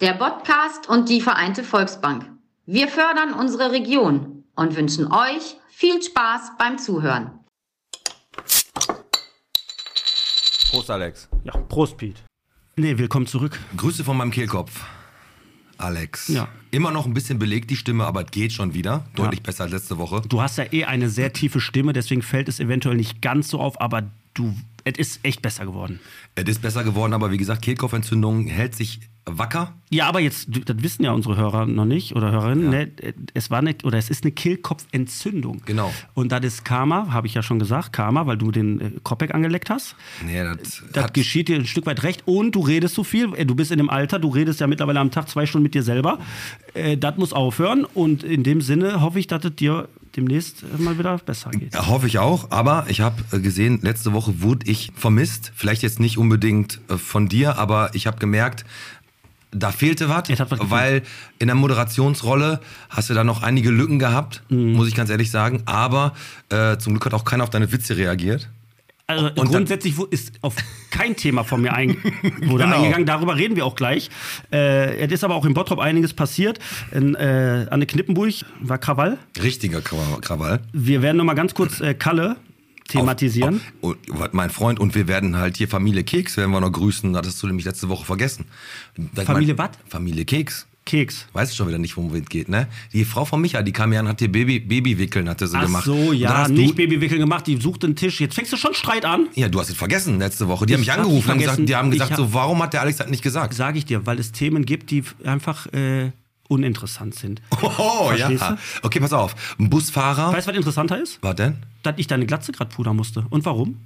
der Podcast und die Vereinte Volksbank. Wir fördern unsere Region und wünschen euch viel Spaß beim Zuhören. Prost, Alex. Ja, Prost, Pete. Nee, willkommen zurück. Grüße von meinem Kehlkopf. Alex. Ja. Immer noch ein bisschen belegt die Stimme, aber es geht schon wieder. Deutlich besser als letzte Woche. Du hast ja eh eine sehr tiefe Stimme, deswegen fällt es eventuell nicht ganz so auf, aber du, es ist echt besser geworden. Es ist besser geworden, aber wie gesagt, Kehlkopfentzündung hält sich wacker. Ja, aber jetzt, du- das wissen ja unsere Hörer noch nicht oder Hörerinnen, ne, es war eine, oder es ist eine Kehlkopfentzündung. Genau. Und das ist Karma, habe ich ja schon gesagt, Karma, weil du den äh, Kopek angeleckt hast. Nee, das, Das hat, geschieht dir ein Stück weit recht und du redest zu viel. Äh, Du bist in dem Alter, du redest ja mittlerweile am Tag zwei Stunden mit dir selber. Äh, Das muss aufhören und in dem Sinne hoffe ich, dass es dir demnächst äh, mal wieder besser geht. hoffe ich auch, aber ich habe äh, gesehen, letzte Woche wurde ich vermisst. Vielleicht jetzt nicht unbedingt äh, von dir, aber ich habe gemerkt, da fehlte was, Es hat was gefehlt. weil in der Moderationsrolle hast du da noch einige Lücken gehabt, Mhm. muss ich ganz ehrlich sagen. Aber äh, zum Glück hat auch keiner auf deine Witze reagiert. Also Und dann- grundsätzlich wo- ist auf kein Thema von mir ein, wurde Genau. eingegangen. Darüber reden wir auch gleich. Äh, es ist aber auch in Bottrop einiges passiert. In, äh, Anne Knippenburg war Krawall. Richtiger Krawa- Krawall. Wir werden noch mal ganz kurz äh, Kalle thematisieren. Auf, auf, und, mein Freund und wir werden halt hier Familie Keks werden wir noch grüßen. Das hast du nämlich letzte Woche vergessen. Das Familie mein- wat? Familie Keks. Keks. Weiß ich schon wieder nicht, worum es geht, ne? Die Frau von Micha, die kam ja und hat dir Baby, Babywickeln hatte sie Ach gemacht. so, Und dann ja, hast nicht du, Babywickeln gemacht, die sucht den Tisch. Jetzt fängst du schon Streit an. Ja, du hast es vergessen letzte Woche. Die haben Ich mich hab angerufen und vergessen. gesagt, die haben Ich gesagt, hab- so, warum hat der Alex das nicht gesagt? Sage ich dir, weil es Themen gibt, die einfach äh, uninteressant sind. Oh, Verstehst ja. Okay, pass auf. Ein Busfahrer. Weißt du, was interessanter ist? Was denn? Dass ich deine Glatze gerade pudern musste. Und warum?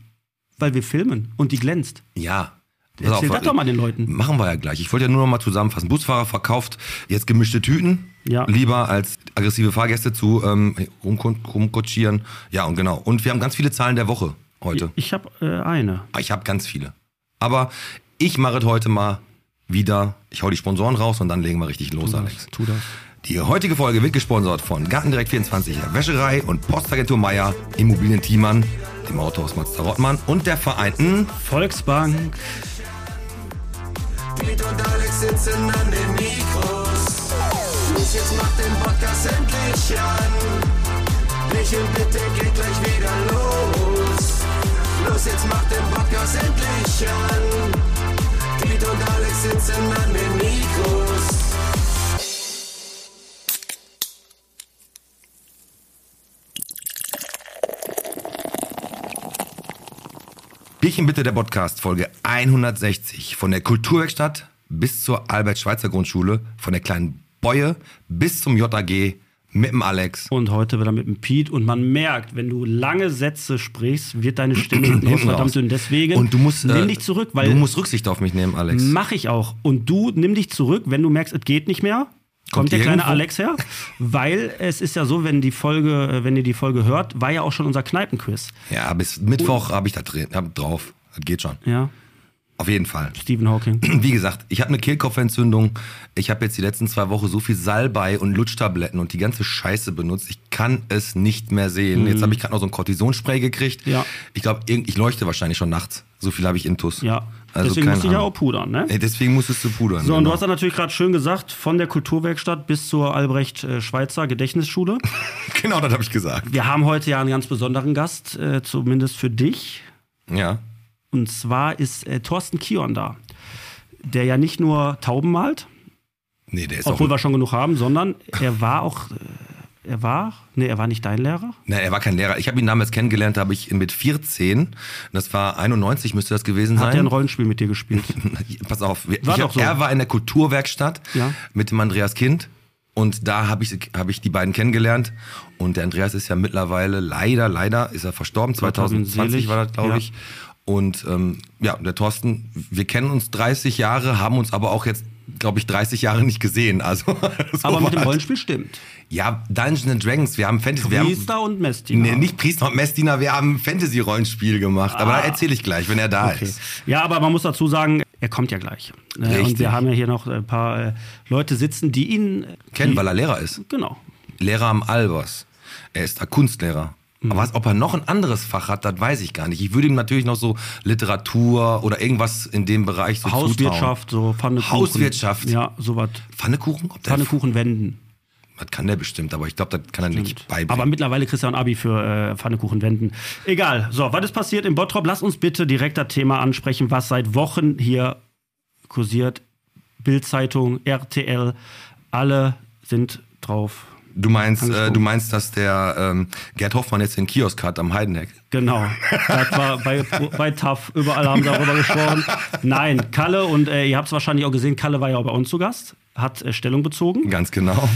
Weil wir filmen und die glänzt. Ja. Pass Erzähl das doch mal den Leuten. Machen wir ja gleich. Ich wollte ja nur noch mal zusammenfassen. Busfahrer verkauft jetzt gemischte Tüten. Ja. Lieber als aggressive Fahrgäste zu ähm, rumkun- rumkutschieren. Ja, und genau. Und wir haben ganz viele Zahlen der Woche heute. Ich habe äh, eine. Ich habe ganz viele. Aber ich mache es heute mal wieder. Ich hau die Sponsoren raus und dann legen wir richtig los, Alex. Tu das. Die heutige Folge wird gesponsert von Gartendirekt24, der Wäscherei und Postagentur Meier, Immobilien Thiemann, dem Autohaus Mazda Rottmann und der Vereinten Volksbank. Piet und Alex sitzen an den Mikros. Los, jetzt macht den Podcast endlich an. Lächeln bitte, geht gleich wieder los. Los, jetzt macht den Podcast endlich an. Piet und Alex sitzen an den Mikros. Bierchen bitte der Podcast, Folge 160. Von der Kulturwerkstatt bis zur Albert-Schweitzer-Grundschule, von der kleinen Beue bis zum JAG mit dem Alex. Und heute wieder mit dem Piet. Und man merkt, wenn du lange Sätze sprichst, wird deine Stimme hinten raus Hinten raus. verdammt dünn. Deswegen und du musst, nimm äh, dich zurück, weil Mhm. du musst Rücksicht auf mich nehmen, Alex. Mach ich auch. Und du nimm dich zurück, wenn du merkst, es geht nicht mehr. Kommt, Kommt der kleine irgendwo. Alex her? Weil es ist ja so, wenn die Folge, äh, wenn ihr die Folge hört, war ja auch schon unser Kneipenquiz. Ja, bis Mittwoch habe ich da drin, hab drauf. Das geht schon. Ja, Auf jeden Fall. Stephen Hawking. Wie gesagt, ich habe eine Kehlkopfentzündung. Ich habe jetzt die letzten zwei Wochen so viel Salbei und Lutschtabletten und die ganze Scheiße benutzt. Ich kann es nicht mehr sehen. Jetzt habe ich gerade noch so ein Kortisonspray gekriegt. Mhm. Ja. Ich glaube, ich leuchte wahrscheinlich schon nachts. So viel habe ich Intus. Ja. Also Deswegen keine musst du dich ja Ahnung. auch pudern, ne? Ey, deswegen musstest du pudern. So, und genau. du hast ja natürlich gerade schön gesagt, von der Kulturwerkstatt bis zur Albrecht-Schweizer Gedächtnisschule. genau das habe ich gesagt. Wir haben heute ja einen ganz besonderen Gast, äh, zumindest für dich. Ja. Und zwar ist äh, Thorsten Kion da, der ja nicht nur Tauben malt, Nee, der ist obwohl auch. wir schon genug haben, sondern er war auch, äh, er war, nee, er war nicht dein Lehrer. Nein, er war kein Lehrer. Ich habe ihn damals kennengelernt, da habe ich ihn mit 14. Das war 91 müsste das gewesen Hat er ein sein. Rollenspiel mit dir gespielt? Pass auf, wir- War ich doch hab, so. er war in der Kulturwerkstatt Ja. mit dem Andreas Kind und da habe ich, hab ich die beiden kennengelernt und der Andreas ist ja mittlerweile, leider, leider ist er verstorben, Gott hab ihn 2020 selig. war das glaube Ja. ich. Und ähm, ja, und der Thorsten, wir kennen uns 30 Jahre, haben uns aber auch jetzt, glaube ich, 30 Jahre nicht gesehen. Also, so Aber mit dem war's. Rollenspiel stimmt. Ja, Dungeons and Dragons, wir haben Fantasy, wir haben, Priester und Messdiener. nee, nicht Priester und Messdiener, wir haben ein Fantasy-Rollenspiel gemacht. Aber da erzähle ich gleich, wenn er da Ah. Okay. ist. Ja, aber man muss dazu sagen, er kommt ja gleich. Äh, Richtig. Und wir haben ja hier noch ein paar äh, Leute sitzen, die ihn. äh, Kennen, die, weil er Lehrer ist. Genau. Lehrer am Albers. Er ist da Kunstlehrer. Mhm. Aber was, ob er noch ein anderes Fach hat, das weiß ich gar nicht. Ich würde ihm natürlich noch so Literatur oder irgendwas in dem Bereich so Hauswirtschaft, so Pfannekuchen. Hauswirtschaft? Ja, sowas. zutrauen. Pfannekuchen? Ob der, Pfannekuchen wenden. Das kann der bestimmt, aber ich glaube, das kann er nicht beibringen. Aber mittlerweile kriegst du ja ein Abi für äh, Pfannekuchen wenden. Egal. So, was ist passiert in Bottrop? Lass uns bitte direkt das Thema ansprechen, was seit Wochen hier kursiert. Bildzeitung, RTL, alle sind drauf. du meinst, äh, Angesprochen. du meinst, dass der ähm, Gerd Hoffmann jetzt den Kiosk hat am Heidenheck? Genau. Das war bei, bei TAF, überall haben darüber gesprochen. Nein, Kalle, und äh, ihr habt es wahrscheinlich auch gesehen, Kalle war ja auch bei uns zu Gast, hat äh, Stellung bezogen. Ganz genau.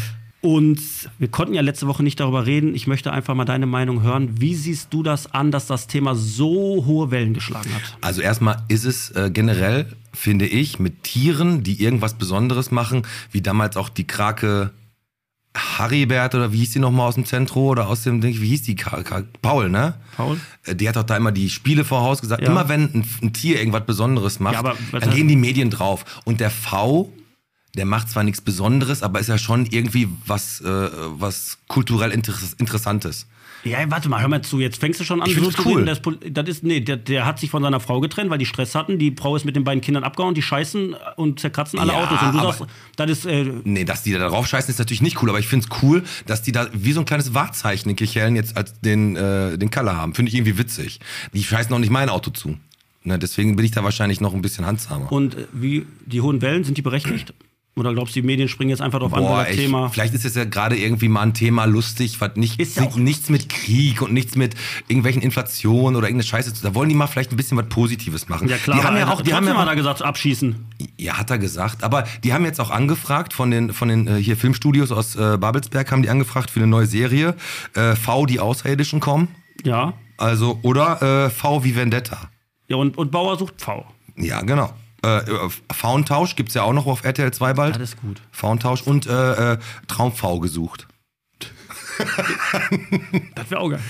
Und wir konnten ja letzte Woche nicht darüber reden. Ich möchte einfach mal deine Meinung hören. Wie siehst du das an, dass das Thema so hohe Wellen geschlagen hat? Also erstmal ist es äh, generell, finde ich, mit Tieren, die irgendwas Besonderes machen, wie damals auch die Krake Haribert oder wie hieß die nochmal aus dem Zentro oder aus dem Ding, wie hieß die Krake? Paul, ne? Paul? Äh, Die hat doch da immer die Spiele voraus gesagt. Ja. Immer wenn ein, ein Tier irgendwas Besonderes macht, Ja, aber was dann heißt- gehen die Medien drauf. Und der V, der macht zwar nichts Besonderes, aber ist ja schon irgendwie was, äh, was kulturell interess Interessantes. Ja, warte mal, hör mal zu. Jetzt fängst du schon an. Ich find's zu diskutieren. cool. Das, Pol- das ist, nee, der, der hat sich von seiner Frau getrennt, weil die Stress hatten. Die Frau ist mit den beiden Kindern abgehauen. Die scheißen und zerkratzen alle Ja, Autos. Und du aber- sagst, das ist äh, Nee, dass die da drauf scheißen, ist natürlich nicht cool, aber ich find's cool, dass die da wie so ein kleines Wahrzeichen in Kirchhellen jetzt als den, äh, den Color haben. Finde ich irgendwie witzig. Die scheißen auch nicht mein Auto zu. Ne, deswegen bin ich da wahrscheinlich noch ein bisschen handsamer. Und äh, wie die hohen Wellen, sind die berechtigt? Oder glaubst du, die Medien springen jetzt einfach drauf an, weil das echt. Thema. vielleicht ist jetzt ja gerade irgendwie mal ein Thema lustig, was nicht, Ist ja auch nichts mit Krieg und nichts mit irgendwelchen Inflationen oder irgendeine Scheiße zu. Da wollen die mal vielleicht ein bisschen was Positives machen. Ja klar, die haben aber ja auch, die haben ja trotzdem hat er gesagt, abschießen. Ja, hat er gesagt. Aber die haben jetzt auch angefragt von den, von den äh, hier Filmstudios aus äh, Babelsberg, haben die angefragt für eine neue Serie. Äh, v, die Außerirdischen kommen. Ja. Also, oder äh, V wie Vendetta. Ja, und, und Bauer sucht V. Ja, genau. Äh, äh, Faun-Tausch gibt's ja auch noch auf RTL 2 bald. Alles gut. Faun-Tausch und äh, äh, Traum-V gesucht. Das wäre auch geil.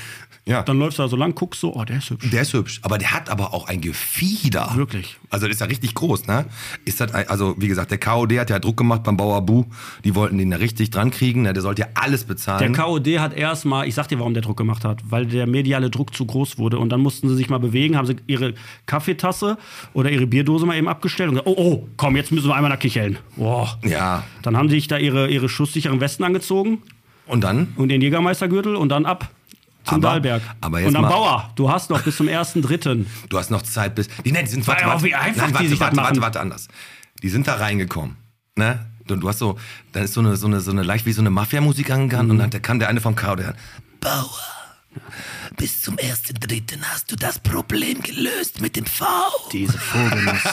Ja. Dann läufst du da so lang, guckst so, oh, der ist hübsch. Der ist hübsch, aber der hat aber auch ein Gefieder. Wirklich? Also das ist ja richtig groß, ne? Ist das ein, also wie gesagt, der KOD hat ja Druck gemacht beim Bauer Bu. Die wollten den da richtig dran kriegen. Ne? Der sollte ja alles Der bezahlen. KOD hat erstmal, ich sag dir, warum der Druck gemacht hat, weil der mediale Druck zu groß wurde. Und dann mussten sie sich mal bewegen, haben sie ihre Kaffeetasse oder ihre Bierdose mal eben abgestellt und gesagt, oh, oh, komm, jetzt müssen wir einmal nach Kicheln. Boah. ja. Dann haben sie sich da ihre, ihre schusssicheren Westen angezogen Und dann? und den Jägermeistergürtel und dann ab zum Aber- Dahlberg. aber jetzt und am mal- Bauer, du hast noch bis zum 1.3. Du hast noch Zeit bis. Die, nein, die sind warte, Ja, warte, wie einfach nein, warte, die sich das warte, warte, machen. warte, anders. Die sind da reingekommen. Ne? Du, du hast so, dann ist so eine, so eine, so eine leicht wie so eine Mafia-Musik angegangen und Mhm. dann kann der eine vom Karo der Bauer. Bis zum ersten Dritten hast du das Problem gelöst mit dem V. Diese Vogel muss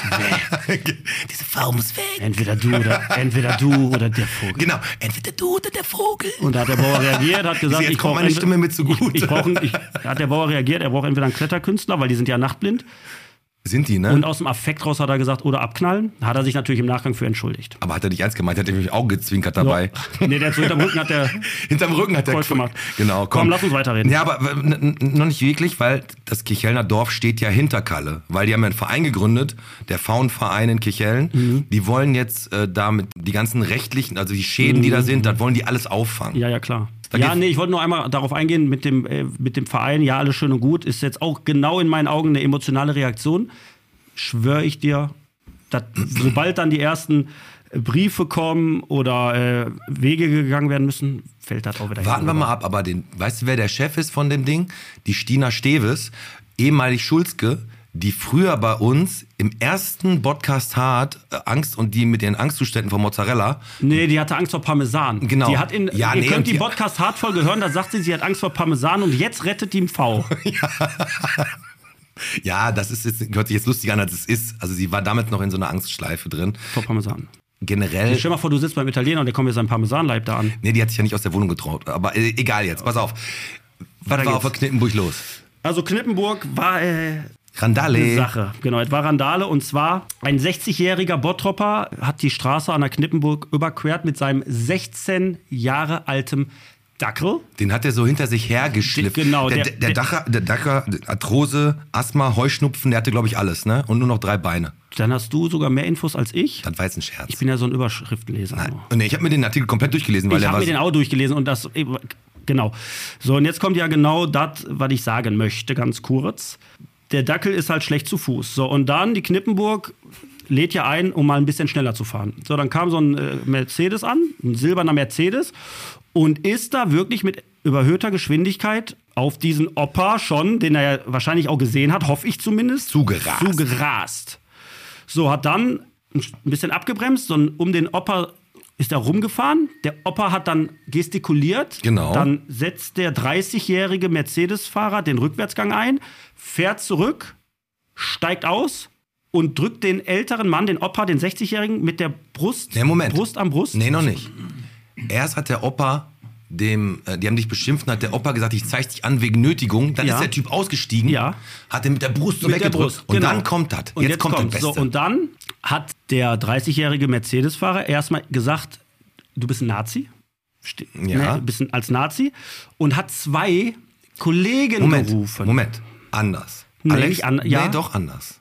weg. Diese V muss weg. Entweder du oder, entweder du oder der Vogel. Genau, entweder du oder der Vogel. Und da hat der Bauer reagiert, hat gesagt, Jetzt ich kommt brauche meine Stimme mit zugute. Ich, ich brauch, einen- ich, da hat der Bauer reagiert, er braucht entweder einen Kletterkünstler, weil die sind ja nachtblind. Sind die, ne? Und aus dem Affekt raus hat er gesagt, oder abknallen. Hat er sich natürlich im Nachgang für entschuldigt. Aber hat er nicht ernst gemeint, hat er mich Augen gezwinkert dabei. Nee, der zu hinterm Rücken hat der. Hinterm Rücken hat er Kreuz gemacht. Genau, komm. Komm, lass uns weiterreden. Ja, aber w- n- n- noch nicht wirklich, weil das Kichelner Dorf steht ja hinter Kalle. Weil die haben ja einen Verein gegründet, der Faunverein in Kichellen. Mhm. Die wollen jetzt äh, damit die ganzen rechtlichen, also die Schäden, die da sind, das wollen die alles auffangen. Mhm. Ja, ja, klar. Da ja, geht's- nee, ich wollte nur einmal darauf eingehen mit dem, äh, mit dem Verein. Ja, alles schön und gut. Ist jetzt auch genau in meinen Augen eine emotionale Reaktion. Schwöre ich dir, dass, sobald dann die ersten äh, Briefe kommen oder äh, Wege gegangen werden müssen, fällt das auch wieder Warten wir hinten mal ab, aber den, weißt du, wer der Chef ist von dem Ding? Die Stina Steves, ehemalig Schulzke, die früher bei uns im ersten Podcast Hart äh, Angst und die mit ihren Angstzuständen von Mozzarella Nee, die hatte Angst vor Parmesan. Genau. Die hat in, Ja, ihr nee, und könnt die die- Podcast-Hardfolge hören, da sagt sie, sie hat Angst vor Parmesan und jetzt rettet die im V. Ja, das ist jetzt, hört sich jetzt lustiger an, als es ist. Also sie war damit noch in so einer Angstschleife drin. vor Parmesan. Generell. Stell dir mal vor, du sitzt beim Italiener und der kommt mit seinem Parmesanleib da an. Nee, die hat sich ja nicht aus der Wohnung getraut. Aber äh, egal jetzt, pass auf. Was war geht's. auf der Knippenburg los? Also Knippenburg war äh, Randale. Sache. Genau, es war Randale und zwar ein 60-jähriger Bottropper hat die Straße an der Knippenburg überquert mit seinem 16 Jahre altem Dackel. Den hat er so hinter sich hergeschliffen. D- genau, Der, der, der- der, Dacher, der Dacher, Arthrose, Asthma, Heuschnupfen, der hatte, glaube ich, alles, ne? Und nur noch drei Beine. Dann hast du sogar mehr Infos als ich. Das war jetzt ein Scherz. Ich bin ja so ein Überschriftenleser. Nein. Nee, ich habe mir den Artikel komplett durchgelesen, weil Ich der habe war. mir den auch durchgelesen und das genau. So, und jetzt kommt ja genau das, was ich sagen möchte, ganz kurz. Der Dackel ist halt schlecht zu Fuß. So, und dann die Knippenburg lädt ja ein, um mal ein bisschen schneller zu fahren. So, dann kam so ein äh, Mercedes an, ein silberner Mercedes, und ist da wirklich mit überhöhter Geschwindigkeit auf diesen Opa schon, den er ja wahrscheinlich auch gesehen hat, hoffe ich zumindest, Zugerast. zugerast. So, hat dann ein bisschen abgebremst und um den Opa ist er rumgefahren. Der Opa hat dann gestikuliert. Genau. Dann setzt der 30-jährige Mercedes-Fahrer den Rückwärtsgang ein, fährt zurück, steigt aus und drückt den älteren Mann, den Opa, den 60-jährigen, mit der Brust, Nee, Moment. Brust an Brust. Nee, noch nicht. Erst hat der Opa dem, äh, die haben dich beschimpft und hat der Opa gesagt, ich zeig dich an wegen Nötigung. Dann Ja. ist der Typ ausgestiegen, Ja. hat den mit der Brust so mit der weggedrückt. Brust. Und genau. dann kommt das. Und Jetzt, kommt kommt's. der Beste. So, und dann hat der 30-jährige Mercedes-Fahrer erstmal gesagt, du bist ein Nazi. Ste- Ja. Ne, du bist ein, als Nazi. Und hat zwei Kollegen Moment, gerufen. Moment. Anders. Nee, nicht an- ja. Nee, doch anders.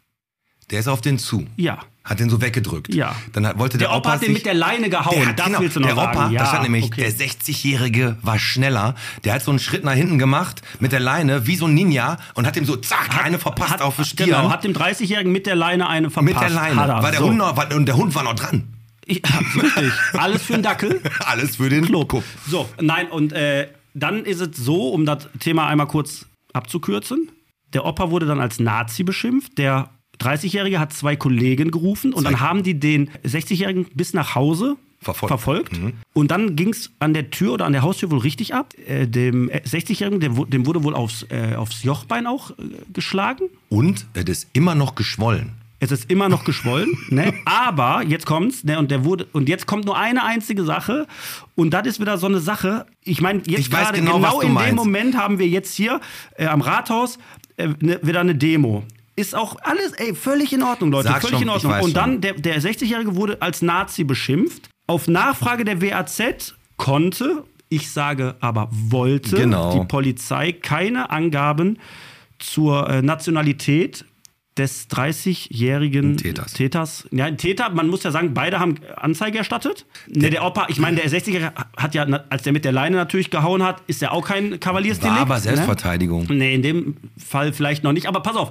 Der ist auf den zu. Ja. Hat den so weggedrückt. Ja. Dann hat, wollte der, Der Opa hat den sich- mit der Leine gehauen. Der hat, das genau, Oh, willst du noch der sagen. Opa, ja, da stand nämlich, okay. der 60-Jährige war schneller. Der hat so einen Schritt nach hinten gemacht mit der Leine, wie so ein Ninja, und hat ihm so zack, eine verpasst hat, auf die Stirn. Genau, hat dem 30-Jährigen mit der Leine eine verpasst. mit der Leine. Hat er. War der so. Hund noch, war, und der Hund war noch dran. Ich, richtig. Alles für einen Dackel. Alles für den Club. So, nein, und äh, dann ist es so, um das Thema einmal kurz abzukürzen: Der Opa wurde dann als Nazi beschimpft. Der 30-Jährige hat zwei Kollegen gerufen und dann haben die den 60-Jährigen bis nach Hause Verfolgt. Und dann ging es an der Tür oder an der Haustür wohl richtig ab. Äh, dem äh, 60-Jährigen, der wu- dem wurde wohl aufs, äh, aufs Jochbein auch äh, geschlagen. Und er ist immer noch geschwollen. Es ist immer noch geschwollen, ne? Aber jetzt kommt's, ne? Und der wurde und jetzt kommt nur eine einzige Sache und das ist wieder so eine Sache. Ich meine, jetzt Ich weiß gerade genau, was du in meinst. dem Moment haben wir jetzt hier äh, am Rathaus äh, ne, wieder eine Demo. Ist auch alles ey, völlig in Ordnung, Leute, Sag völlig schon, in ich Ordnung. weiß Und dann schon. der, der 60-jährige wurde als Nazi beschimpft. Auf Nachfrage der WAZ konnte, ich sage aber wollte Genau. die Polizei keine Angaben zur äh, Nationalität des 30-jährigen Täters. Täters. Ja, ein Täter, man muss ja sagen, beide haben Anzeige erstattet. Ne, der Opa, ich meine, der 60er hat ja, na- als der mit der Leine natürlich gehauen hat, ist ja auch kein Kavaliersdelikt. War aber ne? Selbstverteidigung. Nee, in dem Fall vielleicht noch nicht. Aber pass auf,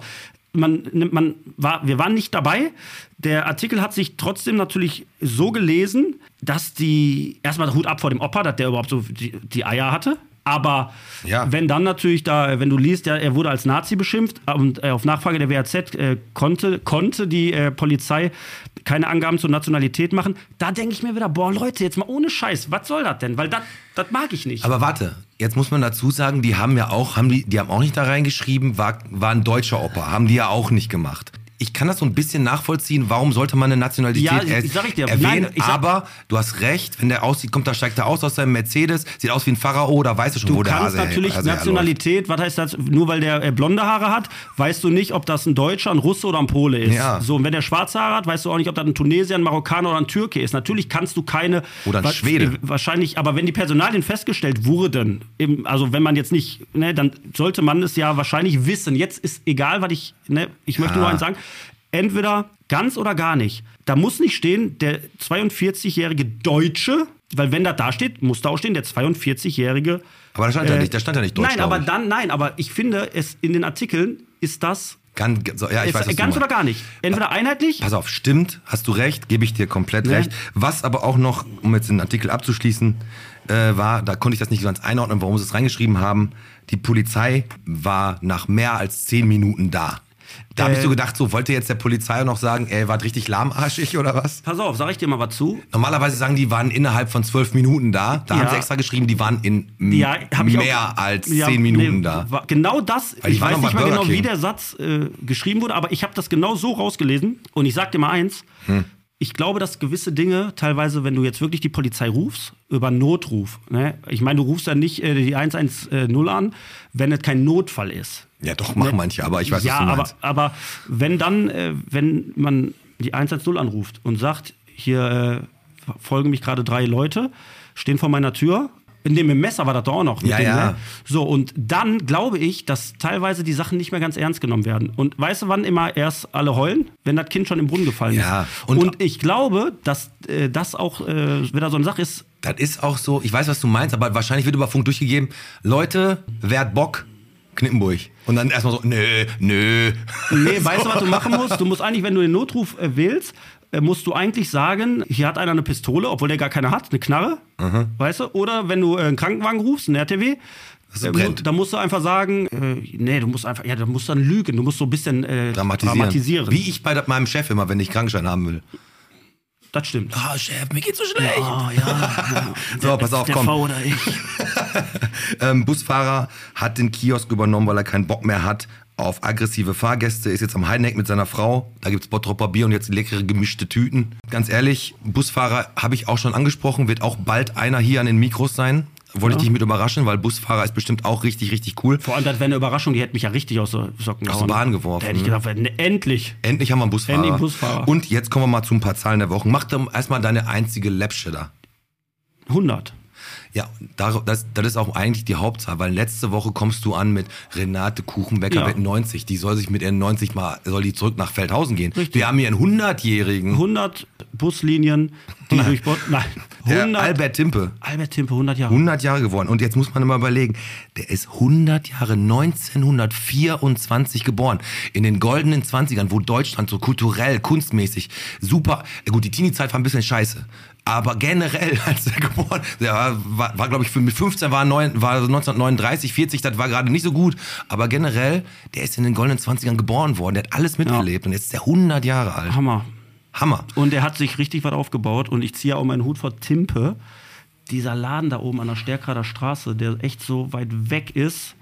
man, nimmt- man war, wir waren nicht dabei. Der Artikel hat sich trotzdem natürlich so gelesen, dass die erstmal Hut ab vor dem Opa, dass der überhaupt so die, die Eier hatte. Aber Ja. wenn dann natürlich da, wenn du liest, ja, er wurde als Nazi beschimpft und äh, auf Nachfrage der WAZ äh, konnte, konnte die äh, Polizei keine Angaben zur Nationalität machen, da denke ich mir wieder, boah Leute, jetzt mal ohne Scheiß, was soll das denn? Weil das das mag ich nicht. Aber warte, jetzt muss man dazu sagen, die haben ja auch, haben die, die haben auch nicht da reingeschrieben, war, war ein deutscher Opa, haben die ja auch nicht gemacht. Ich kann das so ein bisschen nachvollziehen, warum sollte man eine Nationalität Ja, ich- er- ich sag ich dir. erwähnen, Nein, ich sag- aber du hast recht, wenn der aussieht, kommt, da steigt er aus aus seinem Mercedes, sieht aus wie ein Pharao, da weißt du schon, Du wo der kannst Hase Also, natürlich Hase herläuft. Nationalität, was heißt das, nur weil der äh, blonde Haare hat, weißt du nicht, ob das ein Deutscher, ein Russe oder ein Pole ist. Ja. So, und wenn der schwarze Haare hat, weißt du auch nicht, ob das ein Tunesier, ein Marokkaner oder ein Türke ist. Natürlich kannst du keine... Oder ein wa- Schwede. äh, Wahrscheinlich, aber wenn die Personalien festgestellt wurden, eben, also wenn man jetzt nicht, ne, dann sollte man es ja wahrscheinlich wissen. Jetzt ist egal, was ich, ne, ich möchte Ah. nur eins sagen, entweder ganz oder gar nicht. Da muss nicht stehen, der 42-jährige Deutsche, weil wenn da da steht, muss da auch stehen, der 42-jährige Aber da stand ja nicht, da stand ja nicht Deutsch. Äh, Nein, aber glaub ich. dann, nein, aber ich finde, es in den Artikeln ist das Ganz, so, ja, ich es- weiß, was du ganz meinst. oder gar nicht. Entweder einheitlich, Pass auf, stimmt, hast du recht, gebe ich dir komplett recht. Was aber auch noch, um jetzt den Artikel abzuschließen, äh, war, da konnte ich das nicht so ganz einordnen, warum sie es reingeschrieben haben, die Polizei war nach mehr als zehn Minuten da. Da Äh. habe ich so gedacht, so wollte jetzt der Polizei noch sagen, ey, wart richtig lahmarschig oder was? pass auf, sag ich dir mal was zu. Normalerweise sagen die, waren innerhalb von zwölf Minuten da. Da Ja. haben sie extra geschrieben, die waren in m- Ja, hab ich mehr auch, als ja, zehn Minuten nee, da. wa- Genau das, Weil ich ich war weiß noch nicht bei mal Burger genau, wie King. der Satz äh, geschrieben wurde, aber ich habe das genau so rausgelesen und ich sag dir mal eins. Hm. Ich glaube, dass gewisse Dinge teilweise, wenn du jetzt wirklich die Polizei rufst, über einen Notruf, ne? ich meine, du rufst dann nicht äh, die 110 an, wenn es kein Notfall ist. Ja, doch, machen manche, aber ich weiß, Ne? ja, was du aber, meinst. aber wenn dann, äh, wenn man die 110 anruft und sagt, hier äh, folgen mich gerade drei Leute, stehen vor meiner Tür, in dem mit dem Messer war das doch auch noch. mit Ja, dem, ja. ne? So, und dann glaube ich, dass teilweise die Sachen nicht mehr ganz ernst genommen werden. Und weißt du, wann immer erst alle heulen? Wenn das Kind schon im Brunnen gefallen Ja, ist. und- Und, ich glaube, dass äh, das auch äh, wieder so eine Sache ist. Das ist auch so, ich weiß, was du meinst, aber wahrscheinlich wird über Funk durchgegeben, Leute, wer hat Bock? Knippenburg. Und dann erstmal so, nö, nö. Nee, weißt du, was du machen musst? Du musst eigentlich, wenn du den Notruf äh, wählst, äh, musst du eigentlich sagen, hier hat einer eine Pistole, obwohl der gar keine hat, eine Knarre, Mhm. weißt du? Oder wenn du äh, einen Krankenwagen rufst, einen RTW, es äh, mu- brennt. da musst du einfach sagen, äh, nee, du musst einfach, ja, du musst dann lügen, du musst so ein bisschen äh, Dramatisieren. dramatisieren. Wie ich bei da- meinem Chef immer, wenn ich Krankenschein haben will. Das stimmt. Ah, Chef, mir geht's so schlecht. Ah, ja. so, pass auf, der komm. V oder ich. Ähm, Busfahrer hat den Kiosk übernommen, weil er keinen Bock mehr hat auf aggressive Fahrgäste, ist jetzt am Heineck mit seiner Frau. Da gibt's Bottropper Bier und jetzt leckere gemischte Tüten. Ganz ehrlich, Busfahrer habe ich auch schon angesprochen, wird auch bald einer hier an den Mikros sein. Wollte ich dich mit überraschen, weil Busfahrer ist bestimmt auch richtig, richtig cool. Vor allem, das wäre eine Überraschung, die hätte mich ja richtig aus der Socken Aus der Bahn geworfen, Da hätte ich ne? gedacht, ne, endlich. Endlich haben wir einen Busfahrer. Endlich Busfahrer. Und jetzt kommen wir mal zu ein paar Zahlen der Woche. Mach doch erstmal deine einzige Läppsche da. 100. Ja, dar- das, das ist auch eigentlich die Hauptzahl, weil letzte Woche kommst du an mit Renate Kuchenbecker Ja. mit 90. Die soll sich mit ihren 90 mal, soll die zurück nach Feldhausen gehen. Richtig. Wir haben hier einen 100-Jährigen. 100 Buslinien, die durch Bot. Nein. Der 100. Albert Timpe. Albert Timpe, 100 Jahre. 100 Jahre geworden. Und jetzt muss man immer überlegen, der ist 100 Jahre 1924 geboren. In den goldenen 20ern, wo Deutschland so kulturell, kunstmäßig super, äh gut, die Teenie-Zeit war ein bisschen scheiße. Aber generell, als er geboren, der war, war, war glaube ich, mit 15 war, neun, war 1939, 40, das war gerade nicht so gut. Aber generell, der ist in den goldenen 20ern geboren worden. Der hat alles miterlebt. Und jetzt ist der 100 Jahre alt. Hammer. Hammer. Und er hat sich richtig was aufgebaut und ich ziehe auch meinen Hut vor Timpe. Dieser Laden da oben an der Stärkrader Straße, der echt so weit weg ist,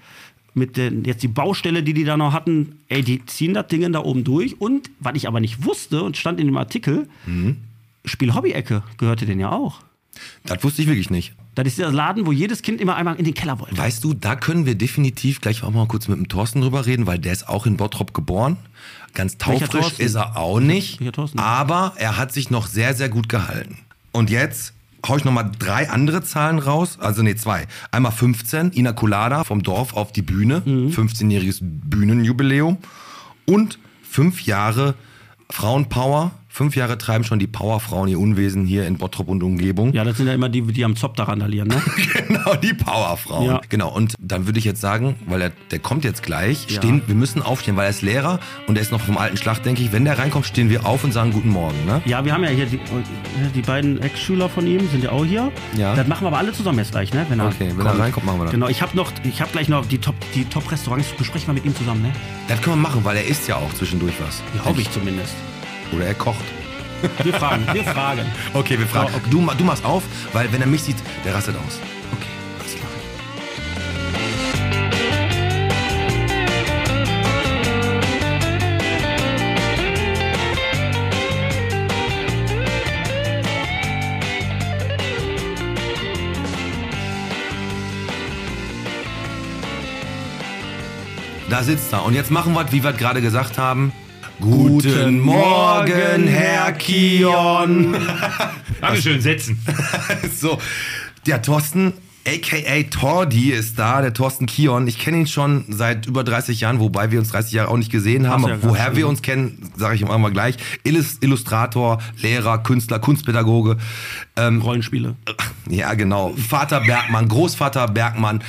mit den, jetzt die Baustelle, die die da noch hatten, ey, die ziehen das Ding da oben durch. Und was ich aber nicht wusste und stand in dem Artikel, Spiel Hobby-Ecke gehörte den ja auch. Das wusste ich wirklich nicht. Das ist der Laden, wo jedes Kind immer einmal in den Keller wollte. Weißt du, da können wir definitiv gleich auch mal kurz mit dem Thorsten drüber reden, weil der ist auch in Bottrop geboren. Ganz Welcher taufrisch Thorsten? ist er auch nicht. Welcher Thorsten? Aber er hat sich noch sehr, sehr gut gehalten. Und jetzt hau ich nochmal drei andere Zahlen raus. Also nee, zwei. Einmal 15, Ina Colada vom Dorf auf die Bühne. Mhm. 15-jähriges Bühnenjubiläum. Und fünf Jahre Frauenpower. Fünf Jahre treiben schon die Powerfrauen ihr Unwesen hier in Bottrop und Umgebung. Ja, das sind ja immer die, die am Zop da randalieren, ne? Genau, die Powerfrauen. Ja. Genau, und dann würde ich jetzt sagen, weil er, der kommt jetzt gleich, stehen, wir müssen aufstehen, weil er ist Lehrer und er ist noch vom alten Schlacht, denke ich. Wenn der reinkommt, stehen wir auf und sagen Guten Morgen, ne? Ja, wir haben ja hier die, die beiden Ex-Schüler von ihm sind ja auch hier. Ja. Das machen wir aber alle zusammen jetzt gleich, ne? Wenn er Okay, wenn er reinkommt, machen wir das. Genau, ich habe noch, ich habe gleich noch die Top, die Top Restaurants besprechen wir mit ihm zusammen, ne? Das können wir machen, weil er isst ja auch zwischendurch was. Hoffe ich zumindest. Oder er kocht. Wir fragen, wir fragen. Okay, wir fragen. Ja, okay. Du, ma- du machst auf, weil wenn er mich sieht, der rastet aus. Okay, alles klar. Da sitzt er. Und jetzt machen wir, wie wir gerade gesagt haben. Guten Morgen, Herr Kion. Dankeschön, setzen. So, der Thorsten, a.k.a. Tordi, ist da, der Thorsten Kion. Ich kenne ihn schon seit über 30 Jahren, wobei wir uns 30 Jahre auch nicht gesehen haben. Hast du ja Aber woher gesagt, wir uns kennen, sage ich ihm auch mal gleich. Illus- Illustrator, Lehrer, Künstler, Kunstpädagoge. Rollenspiele. Ja, genau. Vater Bergmann, Großvater Bergmann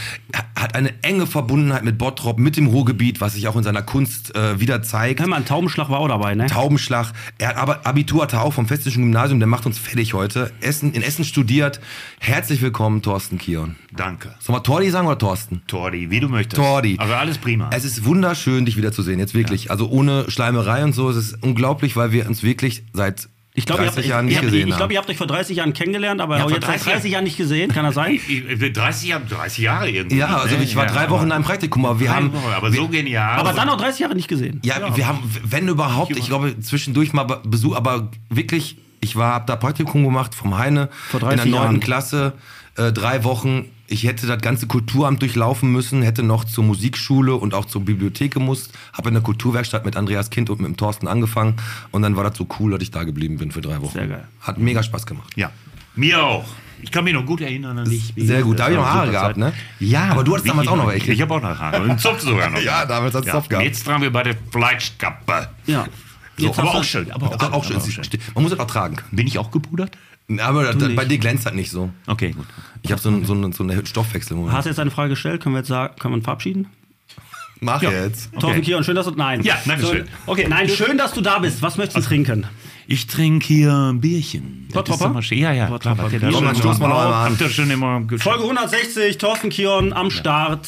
hat eine enge Verbundenheit mit Bottrop, mit dem Ruhrgebiet, was sich auch in seiner Kunst äh, wieder zeigt. Hör mal, ein Taubenschlag war auch dabei, ne? Taubenschlag. Er hat aber Abitur hat er auch vom Festischen Gymnasium, der macht uns fertig heute. Essen, in Essen studiert. Herzlich willkommen, Thorsten Kion. Danke. Sollen wir Tordi sagen oder Thorsten? Tordi, wie du möchtest. Tordi. Aber alles prima. Es ist wunderschön, dich wiederzusehen. Jetzt wirklich. Also ohne Schleimerei und so. Es ist unglaublich, weil wir uns wirklich seit Ich glaube, ihr, 30 habt- ich, Jahren ich, nicht hab- gesehen ne? ich haben. glaub, ihr habt euch vor 30 Jahren kennengelernt, aber Ja, auch vor jetzt seit 30 Jahren. 30 Jahren nicht gesehen, kann das sein? ich, ich bin 30 Jahre, 30 Jahre irgendwie. ja, also ne? ich war Ja, drei Wochen in aber- einem Praktikum, aber wir haben, Aber so genial. Aber dann noch 30 Jahre nicht gesehen. ja, wir haben, wenn überhaupt, ich glaube zwischendurch mal be- Besuch, aber wirklich, ich war, hab da Praktikum gemacht vom Heine Vor in der 30 neunten Jahren. Klasse, äh, drei Wochen. Ich hätte das ganze Kulturamt durchlaufen müssen, hätte noch zur Musikschule und auch zur Bibliothek gemusst, habe in der Kulturwerkstatt mit Andreas Kind und mit dem Thorsten angefangen und dann war das so cool, dass ich da geblieben bin für drei Wochen. Sehr geil. Hat mega Spaß gemacht. Ja. Mir auch. Ich kann mich noch gut erinnern an dich. Sehr gut. Da Das habe ich noch war Haare eine super gehabt, ne? Zeit. Ja. Aber du hattest wie damals ich auch noch Ich, welche. ich habe auch noch Haare. Und Zopf sogar noch. Ja, damals hat's Zopf gehabt. Jetzt tragen wir bei der Fleischkappe. Ja. So, Jetzt aber hast du- auch schön. Aber auch, auch schön. Man muss das auch tragen können. Bin ich auch gepudert? Aber das, das, bei dir glänzt das nicht so. Okay, gut. Ich habe so einen so einen- so einen Stoffwechsel. im Hast Moment. du jetzt eine Frage gestellt? Können wir jetzt sagen, können wir uns verabschieden? Mach Ja. jetzt. Torben Kion, schön, dass du. Nein. Ja, danke schön. So, okay, nein, schön, dass du da bist. Was möchtest du Also. trinken? Ich trinke hier ein Bierchen. Bottropper? doch mal schön. Ja, ja, klar. Bottropper was Bier. ihr da Komm, schon dann stoßen wir immer- noch einmal an. Habt ihr schon immer Folge 160, Thorsten Kion am Start,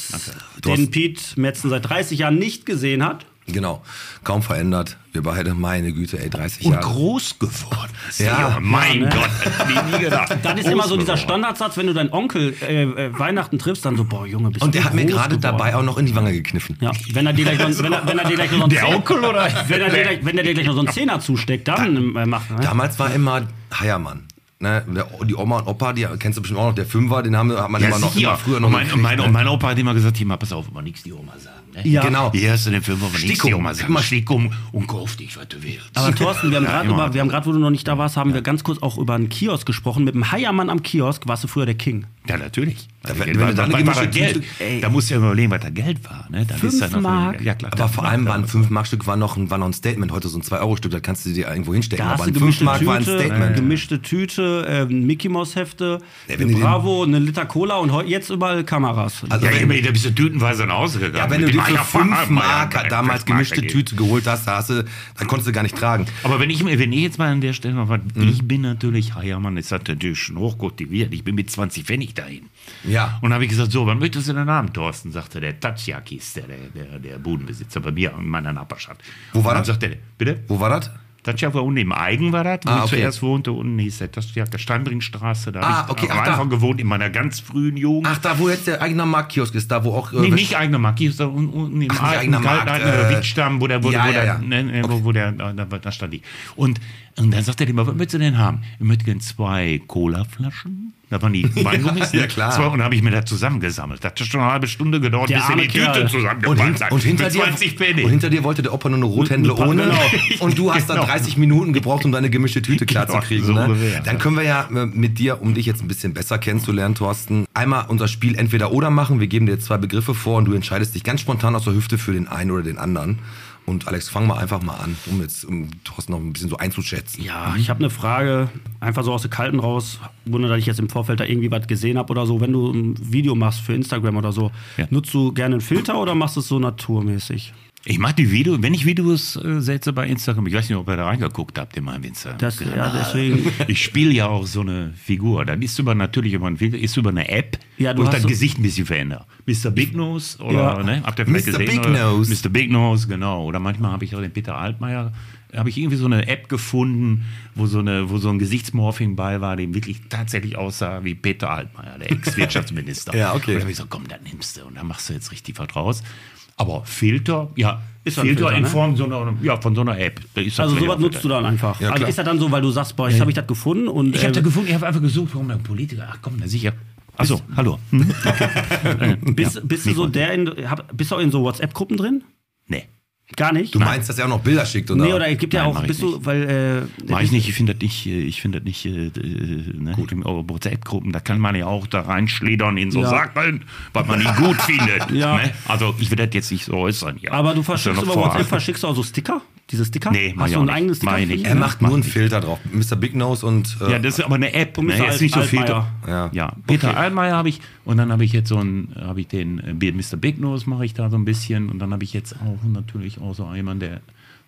den Thorsten. Piet Metzen seit 30 Jahren nicht gesehen hat. Genau. Kaum verändert. Wir beide, meine Güte, ey, 30 und Jahre. groß geworden. Ja. mein Ja, ne? Gott, hätte ich nie gedacht. Dann ist immer so dieser Standardsatz, wenn du deinen Onkel äh, äh, Weihnachten triffst, dann so, boah, Junge, bist du Und der hat mir groß gerade geworden. dabei auch noch in die Wange gekniffen. Ja, wenn er dir gleich noch, wenn er, wenn er dir gleich noch so einen Der Zehner- Onkel oder- Wenn er dir gleich, wenn er dir gleich noch so einen Zehner zusteckt, dann äh, macht er. Damals war immer Heiermann. Ne? Der- Die Oma und Opa, die kennst du bestimmt auch noch, der Fünfer, den haben, hat man Ja, immer noch sicher. immer früher noch und mein, und gekriegt, mein, ne? und mein Opa hat immer gesagt, hier mal pass auf, immer nichts die Oma sagen. Ne? Ja. Genau. Hier hast du den Film, aber nichts die Stickum. Oma sagen. Immer Stickum und kauf dich, was du willst. Aber Thorsten, wir haben gerade, immer. über- wir haben gerade, wo du noch nicht da warst, haben wir ganz kurz auch über einen Kiosk gesprochen. Mit dem Heiermann am Kiosk warst du früher der King. Ja, natürlich. Da- Was- wenn du da was- eine was- was- gemischte Geld. Tüte- Ey. Da musst du ja überlegen, was da Geld war. Ne? Dann Fünf ist das noch- Mark. Ja, klar. Aber vor allem waren 5 Mark Stück war noch ein, war noch ein Statement. Heute so ein 2 Euro Stück, das kannst du dir irgendwo hinstecken. Da Aber hast du ein 5 gemischte Mark war ein Tüte, äh, Statement. gemischte Tüte, äh, ein Mickey Maus Hefte, Ja, wenn eine du den- Bravo, eine Liter Cola und heu- jetzt überall Kameras. Also Ja, wenn, immer, da bist du tütenweise nach Hause gegangen. ja, wenn Mit du dem dir für Eier- 5 Eier- Mark Eier- damals Eier- gemischte Eier- Tüte geholt hast, da hast du, dann konntest du gar nicht tragen. Aber wenn ich, mir- wenn ich jetzt mal an der Stelle mal was, Mhm. ich bin natürlich, ah ja Mann, ist das natürlich schon hochkultiviert. Ich bin mit 20 Pfennig dahin. Ja. Und habe ich gesagt, so, wann möchtest du den Namen, Thorsten? Sagte der Tatsjakis, der, der, der, der Bodenbesitzer bei mir in meiner Nachbarschaft. Wo war Und dann das? Sagte der, bitte? Wo war das? Tatjak war unten im Eigen, war das, wo Ah, ich okay. zuerst wohnte. Unten hieß der Tatjak, der Steinbringstraße. Da Ah, habe ich okay, am ach, da. Anfang gewohnt, in meiner ganz frühen Jugend. Ach, da wo jetzt der eigene Marktkiosk ist, da wo auch. Äh, Nee, Wäsch- nicht eigener Markt, hier ist da un- unten im Ach, nicht alten eigener Markt, Kalteiten oder äh, Wittstamm, wo der, wo, ja, wo ja, der, ja. Ne, ne, wo, wo der da, da, da stand die. Und, und dann sagt er immer, was willst du denn haben? Ich möchte gerne zwei Colaflaschen. Da waren die Weingummis. ja, ne? klar. Zwei, und da habe ich mir das zusammengesammelt. Das hat schon eine halbe Stunde gedauert, Der bis in arme die Tüte Kerl. Und, zusammengepackt hin, hat. und, hinter Mit dir, 20 Pfennig. und hinter dir wollte der Opa nur eine Rothändler Mit- mit ohne. Genau. Und du hast dann Genau. 30 Minuten gebraucht, um deine gemischte Tüte Genau, klarzukriegen. so ne? ungefähr, Dann ja. können wir ja äh, mit dir, um dich jetzt ein bisschen besser kennenzulernen, Thorsten, einmal unser Spiel entweder oder machen. Wir geben dir zwei Begriffe vor und du entscheidest dich ganz spontan aus der Hüfte für den einen oder den anderen. Und Alex, fang mal einfach mal an, um jetzt um Thorsten noch ein bisschen so einzuschätzen. Ja, ich habe eine Frage, einfach so aus der Kalten raus, ohne dass ich jetzt im Vorfeld da irgendwie was gesehen habe oder so. Wenn du ein Video machst für Instagram oder so, Ja. nutzt du gerne einen Filter oder machst du es so naturmäßig? Ich mache die Videos, wenn ich Videos äh, setze bei Instagram, ich weiß nicht, ob ihr da reingeguckt habt in meinem Instagram. Das, ja, deswegen. Ich spiele ja auch so eine Figur. Dann ist über natürlich über, ein, ist über eine App, Ja, du wo ich hast das so- Gesicht ein bisschen verändere. Mr. Big Nose oder Ja. ne? Habt ihr vielleicht Mr. gesehen? Big oder? Nose. Mr. Big Nose, genau. Oder manchmal habe ich auch den Peter Altmaier, habe ich irgendwie so eine App gefunden, wo so, eine, wo so ein Gesichtsmorphing bei war, dem wirklich tatsächlich aussah wie Peter Altmaier, der Ex-Wirtschaftsminister. Ja, okay. Und dann habe ich gesagt, komm, dann nimmst du und dann machst du jetzt richtig was draus. Aber Filter, ja, ist doch ein Filter, Filter, in ne? Form so einer, ja, von so einer App. Da ist das Also vielleicht sowas auch nutzt du Filter. dann einfach. also klar. ist das dann so, weil du sagst, boah, jetzt habe ich das gefunden und Ich habe da äh, gefunden, ich habe einfach gesucht, warum ein Politiker. Ähm, Ach komm, na sicher. Achso, hallo. Hm? bist, bist du so der in, hab, bist du auch in so WhatsApp-Gruppen drin? Nee. Gar nicht? Du meinst, dass er auch noch Bilder schickt, oder? nee, oder es gibt ja Nein, auch, mach ich bist du, weil äh, Mach ich nicht, ich finde das nicht, äh, ich finde das nicht, äh, äh, ne, Gut. in eure WhatsApp-Gruppen, da kann man ja auch da reinschledern in so Ja. Sachen, was man nicht gut findet. Ja. ne? Also ich will das jetzt nicht so äußern hier. Aber du Hast verschickst noch über Vorhaben? WhatsApp, verschickst du auch so Sticker? Diese Sticker? Nee, mach Hast ich du auch ein nicht. eigenes Sticker? Mach ich für nicht. die? er macht nur einen Mach Filter drauf. Mr. Big Nose und. Äh, Ja, das ist aber eine App. Und Mr. Ne? Jetzt nicht so Altmaier. Filter. Ja. ja. Peter Altmaier habe ich und dann habe ich jetzt so einen, habe ich den äh, Be- Mr. Big Nose mache ich da so ein bisschen und dann habe ich jetzt auch natürlich auch so jemanden, der,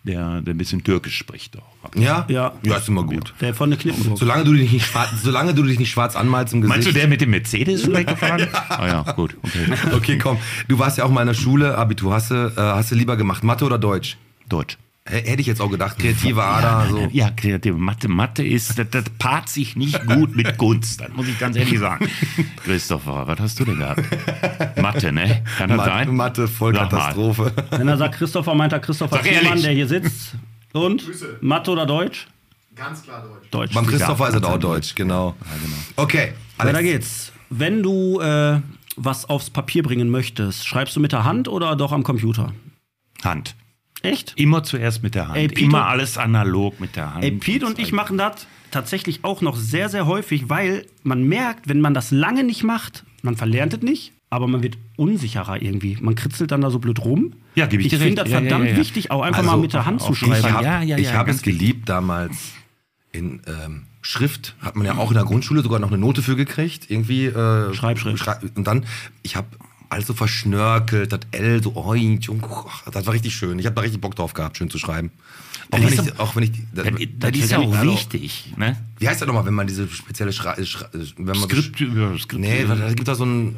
der, der ein bisschen Türkisch spricht auch. ja? Ja. Ja, ist immer gut. Der von der Knippenburg. Solange du dich nicht schwarz, solange du dich nicht schwarz anmalst im Gesicht. Meinst du, der mit dem Mercedes vielleicht gefahren? Ah ja, gut, okay. Okay, komm. Du warst ja auch mal in der Schule, Abitur. Hast du, äh, hast du lieber gemacht Mathe oder Deutsch? Deutsch. H hätte ich jetzt auch gedacht. Kreative Ader. So. Ja, kreative Mathe, Mathe ist, das, das paart sich nicht gut mit Kunst, das muss ich ganz ehrlich sagen. Christopher, was hast du denn gehabt? Mathe, ne? Kann das Mathe, sein? Mathe, Vollkatastrophe. Wenn er sagt Christopher, meint er Christopher Sag ehrlich. Thiemann, der hier sitzt. Und? Mathe oder Deutsch? Ganz klar Deutsch. Deutsch. Beim Christopher ist es auch Deutsch, genau. Okay, Weiter Alex, geht's. Wenn du äh, was aufs Papier bringen möchtest, schreibst du mit der Hand oder doch am Computer? Hand. Echt? Immer zuerst mit der Hand. Ey, Pete Immer und- alles analog mit der Hand. Ey, Pete und ich machen das. tatsächlich auch noch sehr, sehr häufig, weil man merkt, wenn man das lange nicht macht, man verlernt es nicht, aber man wird unsicherer irgendwie. Man kritzelt dann da so blöd rum. Ja, gebe ich dir Ich finde das recht. Ja, ja, verdammt ja, ja. wichtig, auch einfach Also, mal mit der Hand zu auch ich schreiben. Ich habe Ja, ja, ja, hab ganz es geliebt damals in ähm, Schrift. Hat man ja auch in der Grundschule sogar noch eine Note für gekriegt. Irgendwie. Äh, Schreibschrift. Schrei- und dann, ich habe alles so verschnörkelt, das L so, oh, das war richtig schön. Ich habe da richtig Bock drauf gehabt, schön zu schreiben. Auch Das wenn ist ich, auch wenn ich das, Das, ist ja auch also, wichtig. Ne? Wie heißt das nochmal, wenn man diese spezielle Schrei, Schrei, wenn man so- Skript, ja, Skript. Nee, weil da gibt da so ein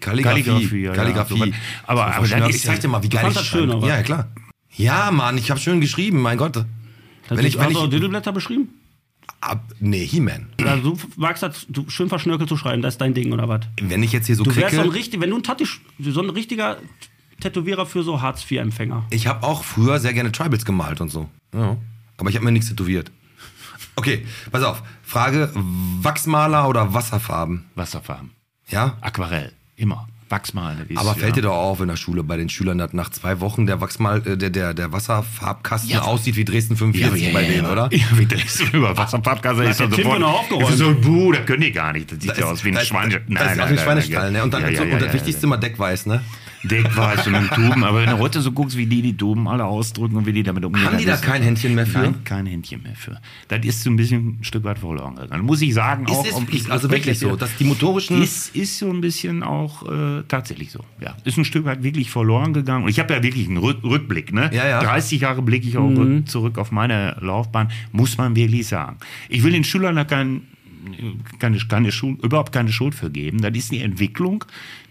Kalligrafie. Kalligrafie, ja, Kalligrafie. ja, so was. Aber- aber verschnörkelt. dann ist halt, ich zeig dir mal, wie Du geil ich fandst das schön, schreibe. aber- Ja, ja, klar. Ja, Mann, ich habe schön geschrieben, mein Gott. Wenn ich, wenn hast du auch ich, Diddleblätter beschrieben? ab, nee, He-Man. Ja, du magst das du, schön verschnörkelt zu schreiben, das ist dein Ding oder was? Wenn ich jetzt hier so Du wärst so ein, kriege, richtig, wenn du ein, Tatti, so ein richtiger Tätowierer für so Hartz-IV-Empfänger. ich habe auch früher sehr gerne Tribals gemalt und so. Ja. Aber ich habe mir nichts tätowiert. Okay, pass auf. Frage, Wachsmaler oder Wasserfarben? Wasserfarben. Ja? Aquarell. Immer. Wachsmalen. ist, Aber fällt dir ja. doch auf in der Schule bei den Schülern, dass nach zwei Wochen der Wachsmal, äh, der, der, der Wasserfarbkasten Ja. aussieht wie Dresden ja, 45 ja, ja, bei denen, ja. oder? Ja, wie drehst du über Wasserpodcast? Da ist der doch Tim sofort. noch aufgeräumt. Das ist so ein Buh, da können die gar nicht. Das sieht Da ja aus wie ein da Schweine. Da, da ist auch ein Schweinestall, ne? Und dann ja, ja, so, ja, und das ja, Wichtigste ja. immer Deckweiß, ne? Deckweiß und mit Tuben. Aber wenn du heute so guckst, wie die die Tuben alle ausdrücken und wie die damit umgehen. Haben die da dann ist- kein Händchen mehr für? Nein, kein Händchen mehr für. Das ist so ein bisschen ein Stück weit verloren gegangen. Muss ich sagen, Ist auch. es um- wirklich- also wirklich so, dass die motorischen- Ist, ist so ein bisschen auch äh, tatsächlich so. Ja. Ist ein Stück weit wirklich verloren gegangen. Und ich habe ja wirklich einen Rück Rückblick, ne? Ja, ja. Mhm. 30 Jahre blicke ich auch rück- zurück auf meine Laufbahn, muss man wirklich sagen. Ich will den Schülern da kein, keine, keine Schuld, überhaupt keine Schuld für geben. Das ist die Entwicklung,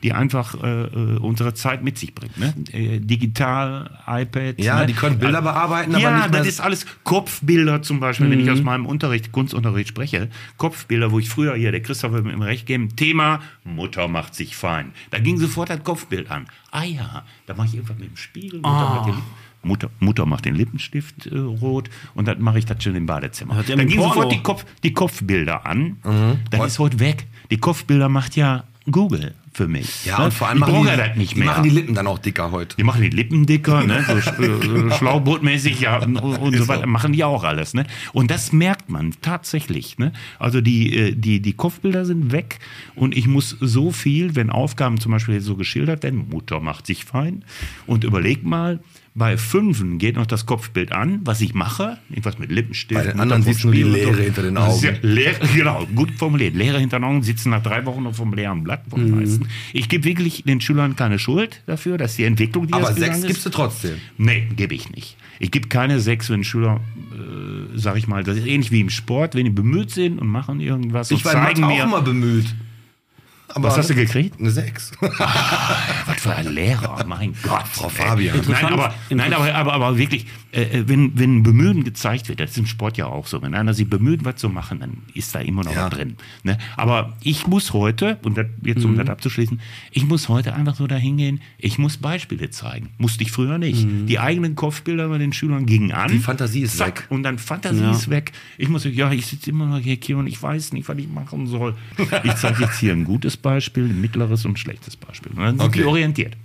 die einfach äh, äh, unsere Zeit mit sich bringt. Ne? Äh, digital, iPad. Ja, ne? die können Bilder bearbeiten, aber ja, nicht mehr- Mhm. das ist alles Kopfbilder zum Beispiel, wenn ich aus meinem Unterricht, Kunstunterricht spreche. Kopfbilder, wo ich früher hier, der Christoph wird mir im Recht geben, Thema Mutter macht sich fein. Da ging sofort das Kopfbild an. Ah ja, da mache ich irgendwas mit dem Spiegel. Mutter, Ah. macht, den, Lip- Mutter, Mutter macht den Lippenstift äh, rot und dann mache ich das schön im Badezimmer. Hört ihr Dann mit ging Porno? sofort die, Kopf, die Kopfbilder an. Mhm. Das ist heute weg. Die Kopfbilder macht ja Google für mich. Ja, und vor allem ich machen brauche die, ne? ja das nicht die mehr. machen die Lippen dann auch dicker heute. Die machen die Lippen dicker, ne? so, sch- äh, so schlaubootmäßig ja, und, und so so. weiter. Machen die auch alles. Ne? Und das merkt man tatsächlich. Ne? Also die, äh, die, die Kopfbilder sind weg und ich muss so viel, wenn Aufgaben zum Beispiel so geschildert werden, Mutter macht sich fein und überleg mal, bei Fünfen geht noch das Kopfbild an, was ich mache, irgendwas mit Lippenstift. Bei den Mutter anderen vom siehst du nur die Spiegel und Leere hinter den Das ist Augen. leer, genau, gut formuliert. Leere hinter den Augen sitzen nach drei Wochen noch vom leeren Blatt von Mhm. den meisten. Ich gebe wirklich den Schülern keine Schuld dafür, dass die Entwicklung, die Aber das gegangen sechs gibst du ist. trotzdem. Nee, gebe ich nicht. Ich gebe keine sechs, wenn Schüler, äh, sag ich mal, das ist ähnlich wie im Sport, wenn die bemüht sind und machen irgendwas Ich und war in zeigen Mathe mir. auch mal bemüht. Aber Was hast du gekriegt? Eine sechs. Was für ein Lehrer, mein Gott. Frau Fabian. Nein, aber, nein aber, aber, aber wirklich, äh, äh, wenn, wenn Bemühen gezeigt wird, das ist im Sport ja auch so, wenn einer sich bemüht, was zu machen, dann ist da immer noch Ja. was drin. Ne? Aber ich muss heute, und das, jetzt Mhm. um das abzuschließen, ich muss heute einfach so dahin gehen, ich muss Beispiele zeigen. Musste ich früher nicht. Die eigenen Kopfbilder bei den Schülern gingen an. Mhm. Die Fantasie ist zack, weg. Und dann Fantasie ist weg. Ich muss, ja, ich sitze immer noch hier, hier und ich weiß nicht, was ich machen soll. Ich zeige jetzt hier ein gutes Beispiel, ein mittleres und ein schlechtes Beispiel. Und dann sind die Okay. orientiert.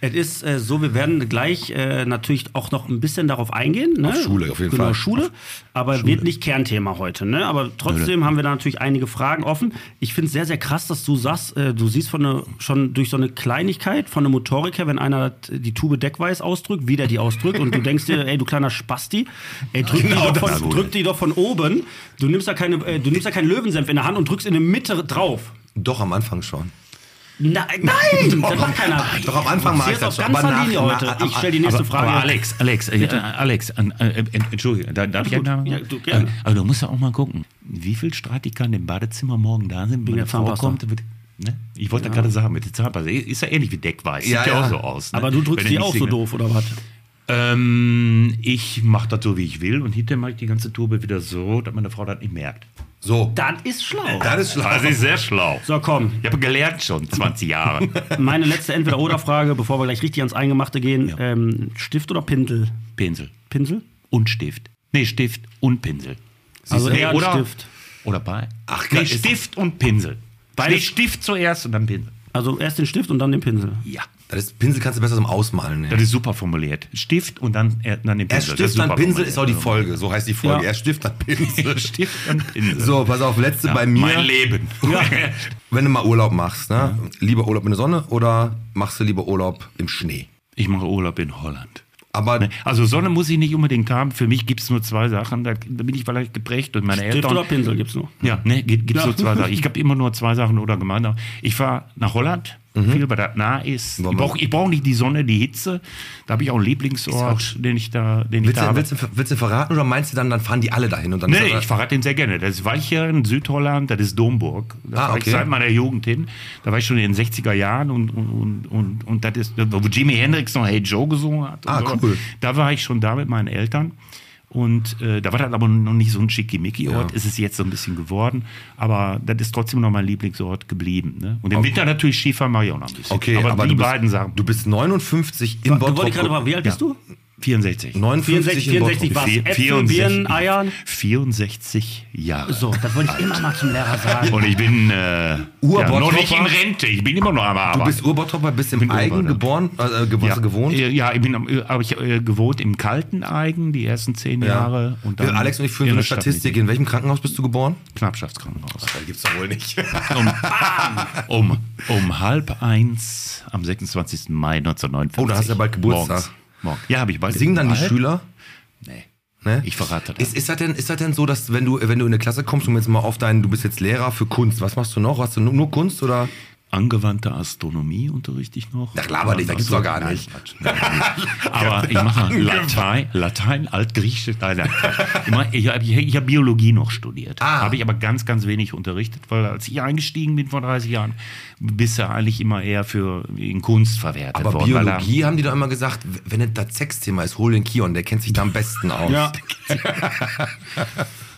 Es ist äh, so, wir werden gleich äh, natürlich auch noch ein bisschen darauf eingehen. Ne? Auf Schule, auf jeden genau, Fall. Schule, aber wird nicht Kernthema heute. Ne? Aber trotzdem haben wir da natürlich einige Fragen offen. Ich finde es sehr, sehr krass, dass du sagst, äh, du siehst von ne, schon durch so eine Kleinigkeit von einem Motoriker, wenn einer das- die Tube deckweiß ausdrückt, wie der die ausdrückt und du denkst dir, ey, du kleiner Spasti, ey, drück, Genau die, doch von, drück die doch von oben. Du nimmst da keine, äh, du nimmst da keinen Löwensenf in der Hand und drückst in der Mitte drauf. Doch, am Anfang schon. Na, nein, das macht keiner. Doch, am Anfang Sie mache ich ist das auf schon. ganzer nach- Linie heute. nach- ich stelle die nächste aber, Frage. Aber Alex, Alex, äh, äh, Alex, an, äh, äh, Entschuldigung, da, darf ich Gut, einen ja, Namen? du, gerne. Äh, Aber du musst ja auch mal gucken, wie viel Streitigkeiten im Badezimmer morgen da sind, wenn der eine Frau Zahnpasta. kommt. Wird, ne? Ich wollte gerade sagen, mit der Zahnpasta. Ist ja ähnlich wie Deckweiß. Ja, Sieht ja, ja. auch so aus. Ne? aber du Wenn drückst du die nicht auch so singst. doof, oder was? Ähm, ich mache das so, wie ich will und hinterher mache ich die ganze Turbe wieder so, dass meine Frau das nicht merkt. So, Dann ist schlau. das ist schlau. Das ist sehr schlau. So, komm. Ich habe gelernt schon, 20 Jahre. Meine letzte Entweder-Oder-Frage, bevor wir gleich richtig ans Eingemachte gehen. Ähm, Stift oder Pinsel? Pinsel Pinsel? und Stift. Nee, Stift und Pinsel. Also Nee, eher ein oder, Stift. Oder bei? Ach, nee, ist- Stift und Pinsel. Beides- Nee, Stift zuerst und dann Pinsel. Also erst den Stift und dann den Pinsel. Ja. Das ist, Pinsel kannst du besser zum Ausmalen nehmen. Das ist super formuliert. Stift und dann, äh, dann den Erst Pinsel. Das Stift, dann super Pinsel ist auch die formuliert. Folge. Also So heißt die Folge. Ja. Erst Stift, dann Pinsel. Stift und Pinsel. So, pass auf, letzte bei mir. Mein Leben. Wenn du mal Urlaub machst, ne? Lieber Urlaub in der Sonne oder machst du lieber Urlaub im Schnee? Ich mache Urlaub in Holland. Aber Also Sonne muss ich nicht unbedingt haben. Für mich gibt es nur zwei Sachen. Da, da bin ich vielleicht geprägt und meine Stift Eltern. oder Pinsel gibt's noch. Ja, ne, gibt gibt's Ja. nur zwei Sachen. Ich habe immer nur zwei Sachen oder gemeinsam. Ich fahre nach Holland, viel, weil das nah ist. Ich Warum? brauche ich brauch nicht die Sonne, die Hitze. Da habe ich auch einen Lieblingsort, den ich da, den ich willst da du, habe. willst, du, willst du verraten oder meinst du dann, dann fahren die alle dahin und dann Nee, ist nee, aber- ich verrate den sehr gerne. Das ist Weicheren, Südholland, das ist Domburg. Da Ah, war okay. ich seit meiner Jugend hin. Da war ich schon in den 60er Jahren und, und, und, und das ist, wo Jimi Hendrix noch Hey Joe gesungen hat. und Ah, so. cool. Da war ich schon da mit meinen Eltern. Und äh, da war das aber noch nicht so ein Schickimicki-Ort. Es ist jetzt so ein bisschen geworden. Aber das ist trotzdem noch mein Lieblingsort geblieben. Ne? Und im Winter natürlich Skifahren mache ich auch noch ein bisschen. Okay, aber, aber, du die bist, beiden Sachen. Du bist 59 in Du Bottrop. wolltest gerade fragen, wie alt bist du? 64. 59 in 64 Bottrop. was? Vier- Äpfel, Birnen, 64. Eiern. 64 Jahre. So, das wollte ich immer mal zum Lehrer sagen. Und ich bin äh, ja, Urbottropper. noch nicht in Rente. Ich bin immer noch am Arbeiten. Du bist Urbottropper, bist im Eigen Urbottropper. geboren, äh, ge ja. warst du gewohnt. Äh, Ja, ich bin am, äh, habe ich äh, gewohnt im kalten Eigen die ersten zehn Jahre. Und dann Wir, Alex und ich führen so in eine der Stadt Statistik. In welchem Krankenhaus bist du geboren? mit Knappschaftskrankenhaus. Das gibt's doch wohl nicht. Um, um, um halb eins am 26. Mai 1949. Oh, da hast du ja bald Geburtstag. Morgens. Morgens. Ja, habe ich bald. Singen dann die Bald? Schüler? Nee. Ne? Ich verrate das. Ist, ist, das denn, ist das denn so, dass wenn du, wenn du in eine Klasse kommst, um jetzt mal auf deinen, du bist jetzt Lehrer für Kunst, was machst du noch? Hast du nur, nur Kunst oder? Angewandte Astronomie unterrichte ich noch. Na, laber nicht, da gibt's doch gar Nein, nicht. Quatsch. Nein, nein. Aber ich mache Latein, Latein, Altgriechisch. Nein, nein. Quatsch. Ich, mach- ich habe ich, ich hab Biologie noch studiert. Ah. Habe ich aber ganz, ganz wenig unterrichtet, weil als ich eingestiegen bin vor 30 Jahren, bist du eigentlich immer eher für in Kunst verwertet Aber worden. weil da- Biologie haben die doch immer gesagt, wenn es das Sexthema ist, hol den Kion, der kennt sich da am besten aus. Ja.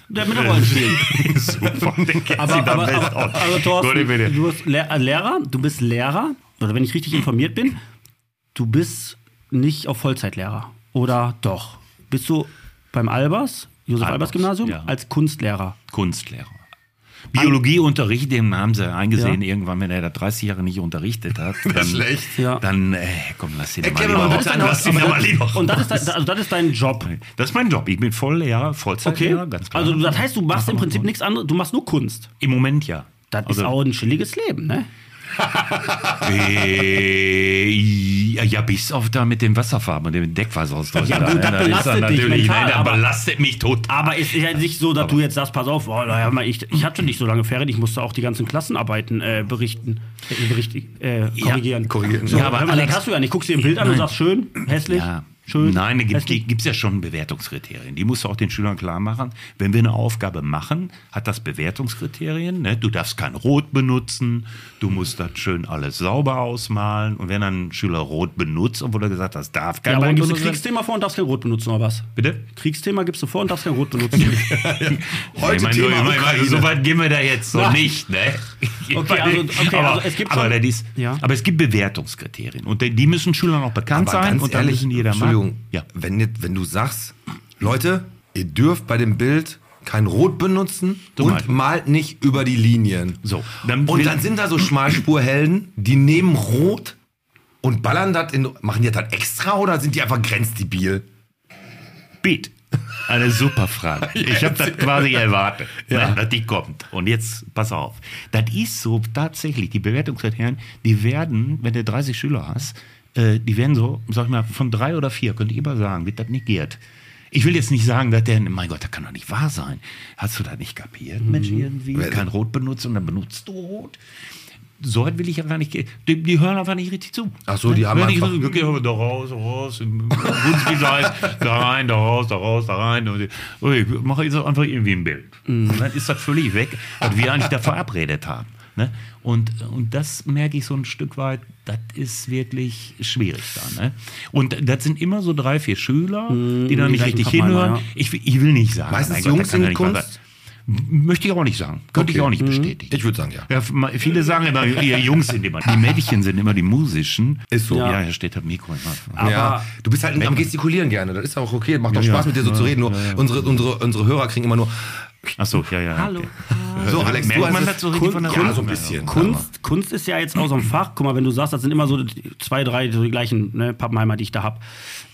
Der mit der Rollenspiel. Super, den kennt Aber, sie da aber, best aber, aus. also Gott, Thorsten, bitte. du bist Lehr äh, Lehrer, du bist Lehrer, oder wenn ich richtig informiert bin, du bist nicht auf Vollzeitlehrer. Oder doch? Bist du beim Albers, Josef-Albers-Gymnasium, ja. als Kunstlehrer? Kunstlehrer. Biologieunterricht, den haben sie eingesehen, irgendwann, wenn er da 30 Jahre nicht unterrichtet hat. Dann, schlecht. Ja. Dann, äh, komm, lass ihn Erklär mal mir mal lieber raus. bitte Dann lass ihn aber aber lieber Und das raus. ist, dein, also das ist dein Job. Das ist mein Job. Ich bin Volllehrer, Vollzeitlehrer, Okay? ganz klar. Also das heißt, du machst im Prinzip nichts anderes, du machst nur Kunst. Im Moment ja. Das Also- ist auch ein chilliges Leben, ne? Äh, ja, bis auf da mit dem Wasserfarben und dem ne, Deckwasser Ja, gut, das belastet dich mental, nein, das aber- belastet mich total. Aber es ist ja nicht so, dass du jetzt sagst, pass auf, oh, naja, mal, ich, ich hatte nicht so lange Ferien, ich musste auch die ganzen Klassenarbeiten äh, berichten, äh, bericht, äh, korrigieren. korrigieren. So, Ja, aber aber mal, Alex- das hast du ja nicht. Guckst dir ein Bild an und sagst, schön, hässlich, Ja. schön. Nein, da gibt hässlich. es ja schon Bewertungskriterien. Die musst du auch den Schülern klar machen. Wenn wir eine Aufgabe machen, hat das Bewertungskriterien. Ne? Du darfst kein Rot benutzen, du musst das schön alles sauber ausmalen. Und wenn dann ein Schüler Rot benutzt, obwohl er gesagt hat, das darf kein Ja, aber dann Rot gibst du benutzen. Kriegsthema vor und darfst kein Rot benutzen, oder was? Bitte? Kriegsthema gibst du vor und darfst kein Rot benutzen. Heute ich meine, Thema ich meine, Ukraine. so weit gehen wir da jetzt noch Nein. nicht, ne? Okay, also- okay, aber, also es gibt aber, schon- das ist, Ja. aber es gibt Bewertungskriterien und die müssen Schülern auch bekannt Aber sein ganz und dann ehrlich, müssen die jeder Entschuldigung, machen. Ja. wenn, jetzt- wenn du sagst, Leute, ihr dürft bei dem Bild kein Rot benutzen Zum und Beispiel. malt nicht über die Linien. So, dann und will- dann sind da so Schmalspurhelden, die nehmen Rot und ballern das in. Machen die das dann extra oder sind die einfach grenzdebil? Beat. Eine super Frage. Ich habe das quasi erwartet, ne, dass die kommt. Und jetzt, pass auf. Das ist so tatsächlich. Die Bewertungskriterien, die werden, wenn du 30 Schüler hast, äh, die werden so, sag ich mal, von drei oder vier, könnte ich immer sagen, wird das negiert. Ich will jetzt nicht sagen, dass der, mein Gott, das kann doch nicht wahr sein. Hast du das nicht kapiert, Mensch, Mhm. irgendwie? Kein Rot benutzt und dann benutzt du Rot. So weit will ich ja gar nicht gehen. Die, die hören einfach nicht richtig zu. Ne? Ach so, die haben Hören nicht einfach- richtig- gehen wir da raus, da raus, im Grundstück da rein, da raus, da raus, da rein. Und ich, oh, ich mache jetzt einfach irgendwie ein Bild. Und Dann ist das völlig weg, was wir eigentlich da verabredet haben. Ne? Und, und das merke ich so ein Stück weit, das ist wirklich schwierig da. Ne? Und das sind immer so drei, vier Schüler, die da die nicht gleichen richtig Fachmänner, hinhören. ja. Ich, will- ich will nicht sagen. Meistens Ah, mein Gott, Jungs das kann in ja nicht wahr Kunst? sein. Möchte ich auch nicht sagen. Könnte Okay. ich Mhm. auch nicht bestätigen. Ich würde sagen, ja. Ja, f- ma- viele sagen immer, ihr Jungs sind immer. Die Mädchen sind immer die musischen. Ist so. Ah. Ja, hier steht halt Mikro. Aber- ja, du bist halt am Gestikulieren gerne. Das ist auch okay, macht doch Spaß mit dir so zu reden. Nur unsere, unsere, unsere Hörer kriegen immer nur. Achso, ja, ja. Hallo. Okay. So, Alex, du Merkt hast man es- das so richtig von der ja, Rasen? so ein bisschen. Kunst, Kunst ist ja jetzt auch so ein Fach. Guck mal, wenn du sagst, das sind immer so die- zwei, drei so die gleichen ne, Pappenheimer, die ich da hab.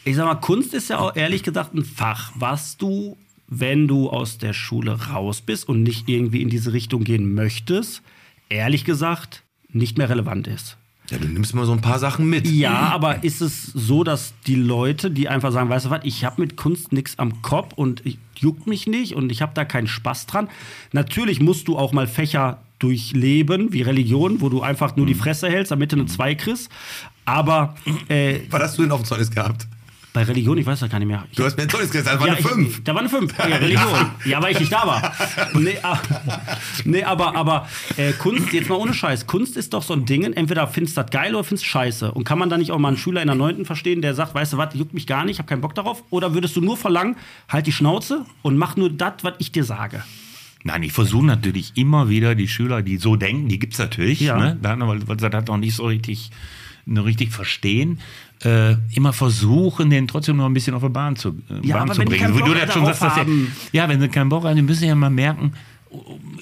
Ich sag mal, Kunst ist ja auch ehrlich gesagt ein Fach, was du, wenn du aus der Schule raus bist und nicht irgendwie in diese Richtung gehen möchtest, ehrlich gesagt nicht mehr relevant ist. Aber, ja, du nimmst mal so ein paar Sachen mit. Ja, aber ist es so, dass die Leute, die einfach sagen, weißt du was, ich habe mit Kunst nichts am Kopf und ich, juckt mich nicht und ich habe da keinen Spaß dran. Natürlich musst du auch mal Fächer durchleben, wie Religion, wo du einfach nur die Fresse hältst, damit du eine 2 kriegst. Aber äh, Was hast du denn auf dem Zeugnis gehabt? bei Religion, ich weiß das gar nicht mehr. Ich Du hast mir ein Zeugnis gesagt, das war eine ich- 5. Da war eine 5. genau. Ja, Religion. Ja, weil ich nicht da war. Nee, ah, nee aber, aber äh, Kunst, jetzt mal ohne Scheiß. Kunst ist doch so ein Ding, entweder findest du das geil oder findest du scheiße. Und kann man da nicht auch mal einen Schüler in der 9. verstehen, der sagt, weißt du was, juckt mich gar nicht, hab keinen Bock darauf? Oder würdest du nur verlangen, halt die Schnauze und mach nur das, was ich dir sage? Nein, ich versuche natürlich immer wieder die Schüler, die so denken, die gibt es natürlich, Ja. ne? dann, weil, weil sie das noch nicht so richtig, noch richtig verstehen, äh, immer versuchen, den trotzdem noch ein bisschen auf die Bahn zu, äh, Ja, Bahn aber zu wenn die bringen. keinen Wo du Bock das schon darauf sagst, dass sie, haben. ja, wenn sie keinen Bock haben, die müssen ja mal merken,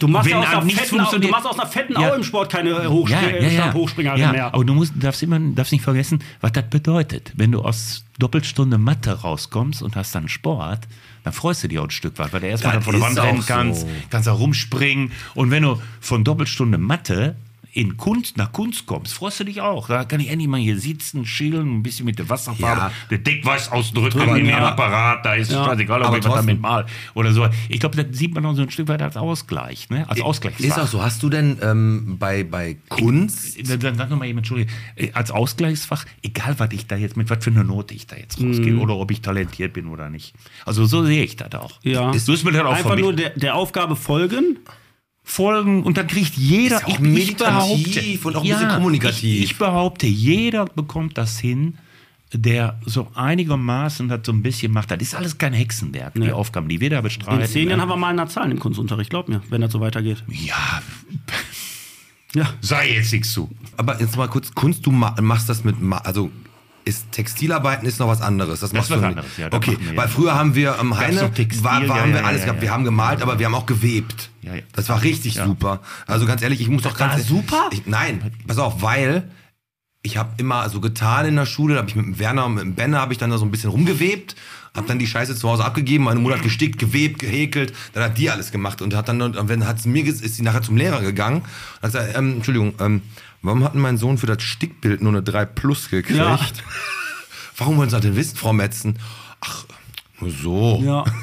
Du machst, Wenn ja aus, einem einer nichts fetten, Au- du funktioniert- machst aus einer fetten Ja. Au im Sport keine äh, Hochspr äh, Hochspringer ja, mehr. Aber du musst, darfst, immer, darfst nicht vergessen, was das bedeutet. Wenn du aus Doppelstunde Mathe rauskommst und hast dann Sport, dann freust du dich auch ein Stück weit, weil du erstmal Das dann vor der Wand ist auch rennen kannst, so. kannst da rumspringen. Und wenn du von Doppelstunde Mathe in Kunst nach Kunst kommst, freust du dich auch. Da kann ich endlich mal hier sitzen, chillen, ein bisschen mit der Wasserfarbe, Ja. der Deckweiß ausdrücken, Aber- in den aber- Apparat, da ist scheißegal, ob Aber ich was Thorsten- damit mal oder so. Ich glaube, das sieht man auch so ein Stück weit als Ausgleich, ne? als Ausgleichsfach. Ist auch so. Hast du denn ähm, bei, bei Kunst? Dann dann sag nochmal eben, Entschuldige, äh, als Ausgleichsfach, egal was ich da jetzt, mit was für einer Note ich da Mhm. jetzt rausgehe oder ob ich talentiert bin oder nicht. Also so sehe ich das auch. Ja. Du hast mir das halt auch Einfach nur vermittelt. der, der Aufgabe folgen Folgen und dann kriegt jeder, Ist ja auch meditativ und auch ein bisschen kommunikativ. Ich, ich behaupte, jeder bekommt das hin, der so einigermaßen das so ein bisschen macht. Das ist alles kein Hexenwerk, die Aufgaben, die wir da bestreiten. In zehn Jahren ne? haben wir mal einen Zahlen im Kunstunterricht, glaub mir, wenn das so weitergeht. ja, Ja. sei jetzt nichts zu. Aber jetzt mal kurz, Kunst, du ma machst das mit, ma also ist Textilarbeiten ist noch was anderes. Das, machst ist was du anderes, ja, das Okay, machen wir, weil ja. früher haben wir am Heine, noch Textil, war, war, ja, haben wir ja, alles ja, gehabt. ja. Wir haben gemalt, aber wir haben auch gewebt. Ja, ja. Das war richtig Ja. super. Also ganz ehrlich, ich muss doch ganz... war super? Ich, nein, pass auf, weil ich habe immer so getan in der Schule, da habe ich mit dem Werner und mit dem Benner habe ich dann da so ein bisschen rumgewebt, habe dann die Scheiße zu Hause abgegeben, meine Mutter hat gestickt, gewebt, gehäkelt, dann hat die alles gemacht und hat dann und wenn hat's mir ges- ist sie nachher zum Lehrer gegangen und hat gesagt, ähm, Entschuldigung, ähm, warum hat denn mein Sohn für das Stickbild nur eine 3 plus gekriegt? Ja. Warum wollen Sie das denn wissen, Frau Metzen? Ach, nur so. Ja.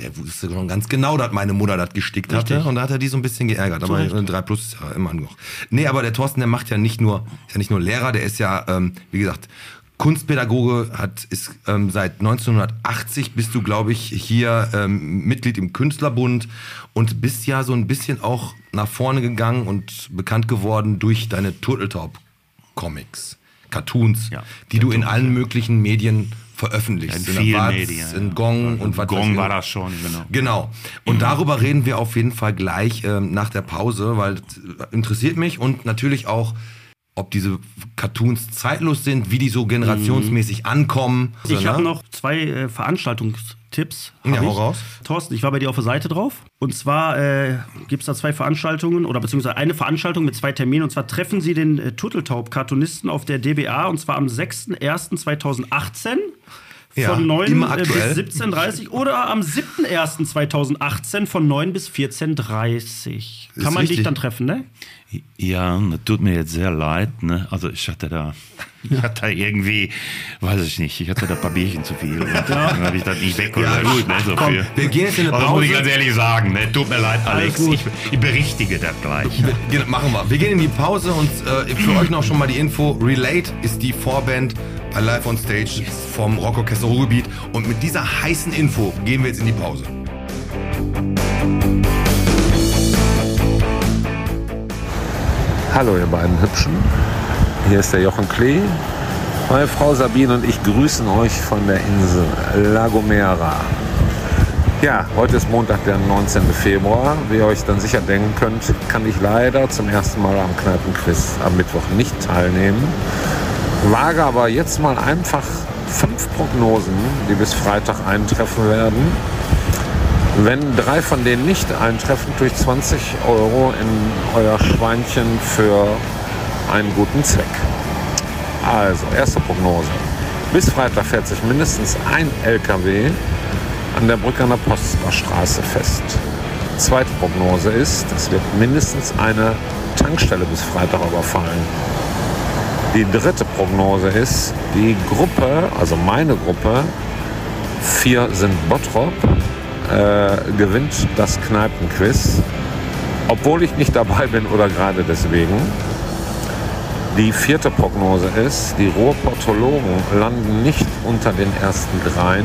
Der wusste schon ganz genau, dass meine Mutter das gestickt hatte. Und da hat er die so ein bisschen geärgert. Aber 3 Plus ist ja immer noch. Nee, aber der Thorsten, der macht ja nicht nur, ist ja nicht nur Lehrer, der ist ja, ähm, wie gesagt, Kunstpädagoge, hat, ist ähm, seit 1980 bist du, glaube ich, hier ähm, Mitglied im Künstlerbund und bist ja so ein bisschen auch nach vorne gegangen und bekannt geworden durch deine Turteltaub-Comics, Cartoons, Ja, die du in allen möglichen Medien veröffentlichst. In der vielen Watz, Medien. Also In Gong und was weiß Gong ich. war das schon, genau. Genau. Und darüber reden wir auf jeden Fall gleich ähm, nach der Pause, weil das interessiert mich und natürlich auch, ob diese Cartoons zeitlos sind, wie die so generationsmäßig Mhm. ankommen. Ich So, habe ne? noch zwei äh, Veranstaltungstipps. hab Ja, hau ich. raus. Thorsten, ich war bei dir auf der Seite drauf. Und zwar äh, gibt es da zwei Veranstaltungen oder beziehungsweise eine Veranstaltung mit zwei Terminen. Und zwar treffen Sie den äh, Turteltaub-Cartoonisten auf der DBA und zwar am 6.01.2018. Ja, Von 9 immer äh, bis aktuell. 17.30 oder am 7.01.2018 von 9 bis 14.30 Kann Ist man richtig. dich dann treffen, ne? Ja, das tut mir jetzt sehr leid. Ne? Also ich hatte da, ich hatte da irgendwie, weiß ich nicht, ich hatte da ein paar Bierchen zu viel. Und Dann habe ich das nicht weg oder Ja, gut. Ne, so komm, viel. wir gehen jetzt in eine Also muss ich Pause. ganz ehrlich sagen, ne? tut mir leid, Alex. gut. Ich, ich berichtige das gleich. Wir- Genau, machen wir. Wir gehen in die Pause und äh, für euch noch schon mal die Info. Relate ist die Vorband bei Live on Stage vom Rockorchester Ruhrgebiet. Und mit dieser heißen Info gehen wir jetzt in die Pause. Hallo ihr beiden Hübschen, hier ist der Jochen Klee. Meine Frau Sabine und ich grüßen euch von der Insel La Gomera. Ja, heute ist Montag, der 19. Februar. Wie ihr euch dann sicher denken könnt, kann ich leider zum ersten Mal am Kneipenquiz am Mittwoch nicht teilnehmen. Wage aber jetzt mal einfach fünf Prognosen, die bis Freitag eintreffen werden. Wenn drei von denen nicht eintreffen, tue ich 20 Euro in euer Schweinchen für einen guten Zweck. Also, erste Prognose. Bis Freitag fährt sich mindestens ein LKW an der Brücke an der Poststraße fest. Zweite Prognose ist, es wird mindestens eine Tankstelle bis Freitag überfallen. Die dritte Prognose ist, die Gruppe, also meine Gruppe, vier sind Bottrop, äh, gewinnt das Kneipenquiz, obwohl ich nicht dabei bin oder gerade deswegen. Die vierte Prognose ist, die Ruhrportologen landen nicht unter den ersten dreien.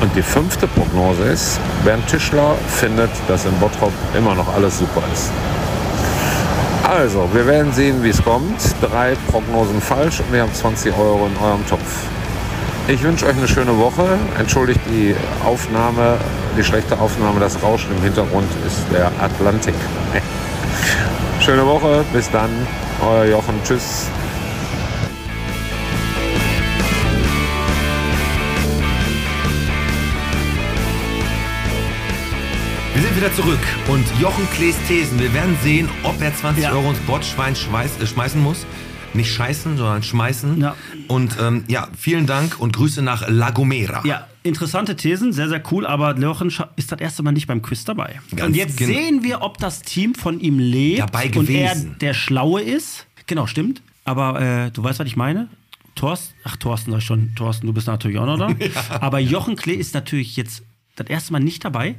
Und die fünfte Prognose ist, Bernd Tischler findet, dass in Bottrop immer noch alles super ist. Also, wir werden sehen, wie es kommt. Drei Prognosen falsch und wir haben 20 Euro in eurem Topf. Ich wünsche euch eine schöne Woche. Entschuldigt die Aufnahme, die schlechte Aufnahme. Das Rauschen im Hintergrund ist der Atlantik. schöne Woche. Bis dann. Euer Jochen. Tschüss. Wir sind wieder zurück und Jochen Klees Thesen. Wir werden sehen, ob er 20 Ja. Euro ins Bordschwein schweiß, äh, schmeißen muss. Nicht scheißen, sondern schmeißen. Ja. Und ähm, ja, vielen Dank und Grüße nach La Gomera. Ja, interessante Thesen, sehr, sehr cool, aber Löchen scha- ist das erste Mal nicht beim Quiz dabei. Ganz und jetzt genau. sehen wir, ob das Team von ihm lebt Dabei und er gewesen. der Schlaue ist. Genau, stimmt. Aber äh, du weißt, was ich meine? Thorsten, ach Thorsten, sag ich schon, Thorsten, du bist natürlich auch noch da. Aber Jochen Klee ist natürlich jetzt das erste Mal nicht dabei.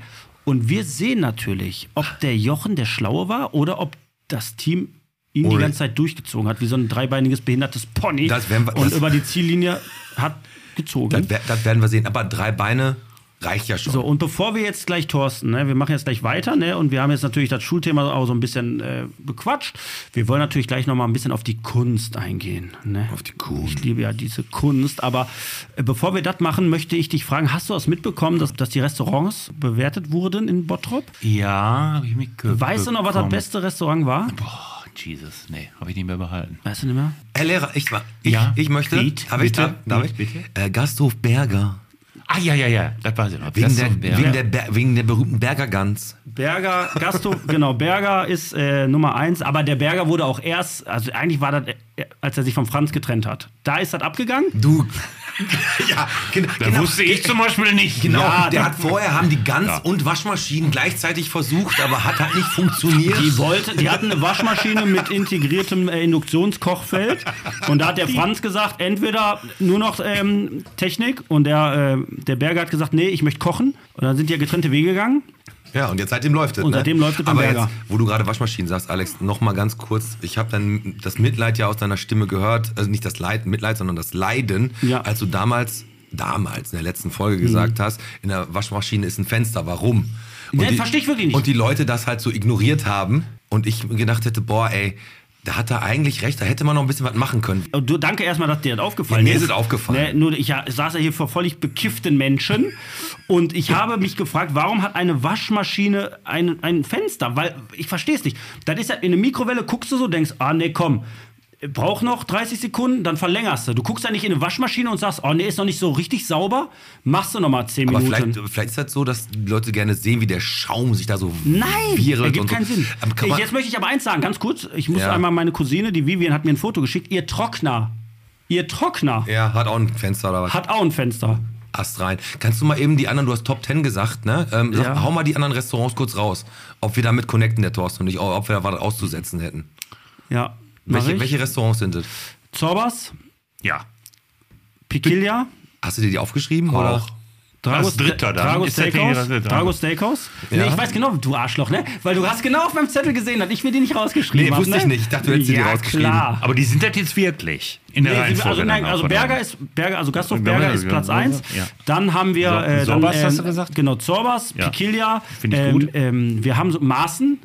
Und wir sehen natürlich, ob der Jochen der Schlaue war oder ob das Team ihn die Oder- ganze Zeit durchgezogen hat, wie so ein dreibeiniges behindertes Pony. Das werden wir- und das- über die Ziellinie hat gezogen. Das, wer- das werden wir sehen. Aber drei Beine reicht ja schon. So, und bevor wir jetzt gleich, Thorsten, ne, wir machen jetzt gleich weiter, ne, und wir haben jetzt natürlich das Schulthema auch so ein bisschen äh, bequatscht. Wir wollen natürlich gleich nochmal ein bisschen auf die Kunst eingehen. Ne? Auf die Kuh. Ich liebe ja diese Kunst, aber äh, bevor wir das machen, möchte ich dich fragen, hast du das mitbekommen, dass, dass die Restaurants bewertet wurden in Bottrop? Ja, habe ich mitgekriegt. Weißt du noch, was das beste Restaurant war? Boah, Jesus, nee, habe ich nicht mehr behalten. Weißt du nicht mehr? Herr Lehrer, ich, war- ich, Ja, ich möchte. Piet, darf ich? bitte, Darf, darf ich? Piet, bitte. Äh, Gasthof Berger. Ah, ja, ja, ja, das weiß ich noch. Wegen Das der, ist so- wegen, der, Ber- wegen der berühmten Berger Gans. Berger, Gasthof, genau, Berger ist äh, Nummer eins, aber der Berger wurde auch erst, also eigentlich war das, äh, als er sich von Franz getrennt hat. Da ist das abgegangen. Du. ja, genau. Da genau. wusste ich zum Beispiel nicht. Genau, Ja, der da- hat vorher haben die Gans Ja. und Waschmaschinen gleichzeitig versucht, aber hat halt nicht funktioniert. Die wollte, die hatten eine Waschmaschine mit integriertem äh, Induktionskochfeld und da hat der Franz gesagt, entweder nur noch ähm, Technik und der, äh, der Berger hat gesagt, nee, ich möchte kochen und dann sind die ja getrennte Wege gegangen. Ja, und jetzt seitdem läuft es. Und ne? seitdem läuft es beim Aber jetzt, Berger. wo du gerade Waschmaschinen sagst, Alex, noch mal ganz kurz. Ich habe dann das Mitleid ja aus deiner Stimme gehört. Also nicht das Leid, Mitleid, sondern das Leiden, Ja. Mhm. als du damals, damals in der letzten Folge gesagt hast, in der Waschmaschine ist ein Fenster. Warum? Und Ja, versteh ich wirklich nicht. Und die Leute das halt so ignoriert haben und ich gedacht hätte, boah, ey, da hat er eigentlich recht, da hätte man noch ein bisschen was machen können. Und du, danke erstmal, dass dir das aufgefallen Ja, mir ist. ist es aufgefallen. Ne, nur ich ja, saß ja hier vor völlig bekifften Menschen und ich habe mich gefragt, warum hat eine Waschmaschine ein, ein Fenster? Weil ich verstehe es nicht. Das ist ja in eine Mikrowelle guckst du so, denkst, ah nee, komm. Brauch noch 30 Sekunden, dann verlängerst du. Du guckst ja nicht in eine Waschmaschine und sagst, oh nee, ist noch nicht so richtig sauber, machst du noch mal 10 Aber Minuten. vielleicht, äh, vielleicht ist das so, dass die Leute gerne sehen, wie der Schaum sich da so Nein, wirbelt ergibt und so. Ähm, keinen Sinn. Aber kann Ich, man, jetzt möchte ich aber eins sagen, ganz kurz. Ich muss Ja. einmal meine Cousine, die Vivian, hat mir ein Foto geschickt. Ihr Trockner, ihr Trockner ja, hat auch ein Fenster oder was? hat auch ein Fenster. Ast rein. Kannst du mal eben die anderen, du hast Top 10 gesagt, ne? Ähm, sag, Ja. Hau mal die anderen Restaurants kurz raus. Ob wir damit connecten, der Thorsten, und nicht, ob wir da was auszusetzen hätten. Ja. mach Welche, ich. welche Restaurants sind das? Zorbas, Ja. Piquilia, Hast du dir die aufgeschrieben? Oder? Auch. Dragos, Das Dritter dann. Dragos Ist der Steakhouse. Dritte dann. Dragos Steakhouse. Nee, ich weiß genau, du Arschloch, ne? Weil du hast genau auf meinem Zettel gesehen, dass ich mir die nicht rausgeschrieben Nee, habe. wusste ne? ich nicht. Ich dachte, du hättest dir die ja, rausgeschrieben. Klar. Aber die sind das jetzt wirklich. In der Nee, Reihenfolge. also, nein, dann also auch, oder? Berger ist Berger, also Gasthof Ja, Berger ja, ist ja, Platz ja. 1. Ja. Dann haben wir So- äh, dann, Sorbas, ähm, hast du gesagt? Genau, Zorbas, Ja. Piquilia. Find ich ähm, gut. Ähm, wir haben so Maßen,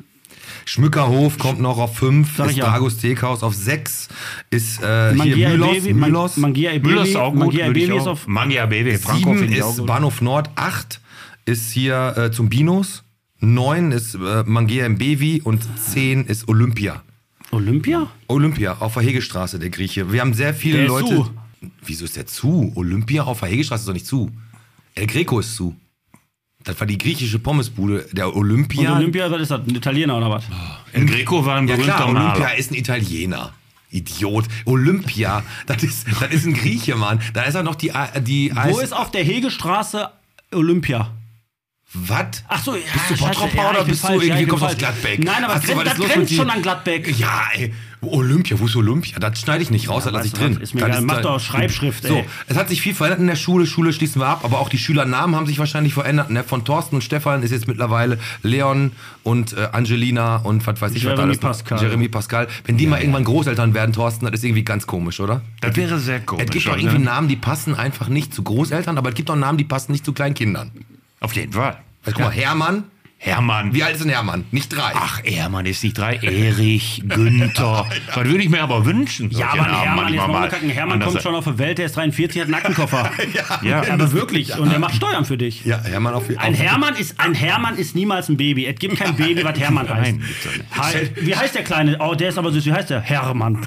Schmückerhof kommt noch auf 5, Sag ist ich ja. Dragos Steakhouse auf 6, ist äh, hier Mangia Mylos, Ebevi, Man- Mylos, Mangia Müller ist auch Ebevi, gut. Mangia würde ich Ebevi auch- ist auf Mangia BW. Franco 7 finde ich auch ist gut. Bahnhof Nord, 8 ist hier äh, zum Binos, 9 ist äh, Mangia im Bevi und 10 ist Olympia. Olympia? Olympia auf der Hegestraße, der Grieche. Wir haben sehr viele Der ist Leute. zu. Wieso ist der zu? Olympia auf der Hegestraße ist doch nicht zu. El Greco ist zu. Das war die griechische Pommesbude der Olympia. Und Olympia, was ist das? Ein Italiener oder was? El Greco war ein ja berühmter klar, Maler. Olympia ist ein Italiener. Idiot. Olympia, das ist, das ist ein Grieche, Mann. Da ist auch noch die... A- die Wo ist auf der Hegestraße Olympia? Was? Ach so, ja, Bist du scheiße, Bottrop ja, ich oder bin bist falsch, du irgendwie ja, ich bin kommst aus falsch. Gladbeck? Nein, aber Hast das du- was grenzt- ist das los grenzt mit dir? schon an Gladbeck. Ja, ey. Olympia, wo ist Olympia? Das schneide ich nicht raus, das lasse ich weißt du was, drin. ist mir Das egal. Mach da- doch Schreibschrift, So, ey. es hat sich viel verändert in der Schule. Schule schließen wir ab, aber auch die Schülernamen haben sich wahrscheinlich verändert. Ne? Von Thorsten und Stefan ist jetzt mittlerweile Leon und äh, Angelina und was weiß ich was Jeremy alles. Pascal. Jeremy Pascal. Wenn die mal irgendwann Großeltern werden, Thorsten, das ist irgendwie ganz komisch, oder? Das wäre sehr komisch, Es gibt auch oder? ne? irgendwie Namen, die passen einfach nicht zu Großeltern, aber es gibt auch Namen, die passen nicht zu Kleinkindern. Auf jeden Fall. Also, guck mal, Hermann. Hermann. Wie alt ist denn Hermann? Nicht drei. Ach, Hermann ist nicht drei. Erich, Günther. Das würde ich mir aber wünschen. Ja, solche aber Namen Hermann, jetzt manchmal mal mal. kacken. Hermann Anders- kommt schon auf der Welt, der ist 43, hat einen Nackenkoffer. Ja, aber wirklich. Und er macht Steuern für dich. Ja, Hermann auf jeden Ein Hermann ist ein Hermann ist niemals ein Baby. Es gibt kein Baby, was Hermann heißt. Nein, bitte Hi- Wie heißt der kleine? Oh, der ist aber süß. Wie heißt der? Hermann.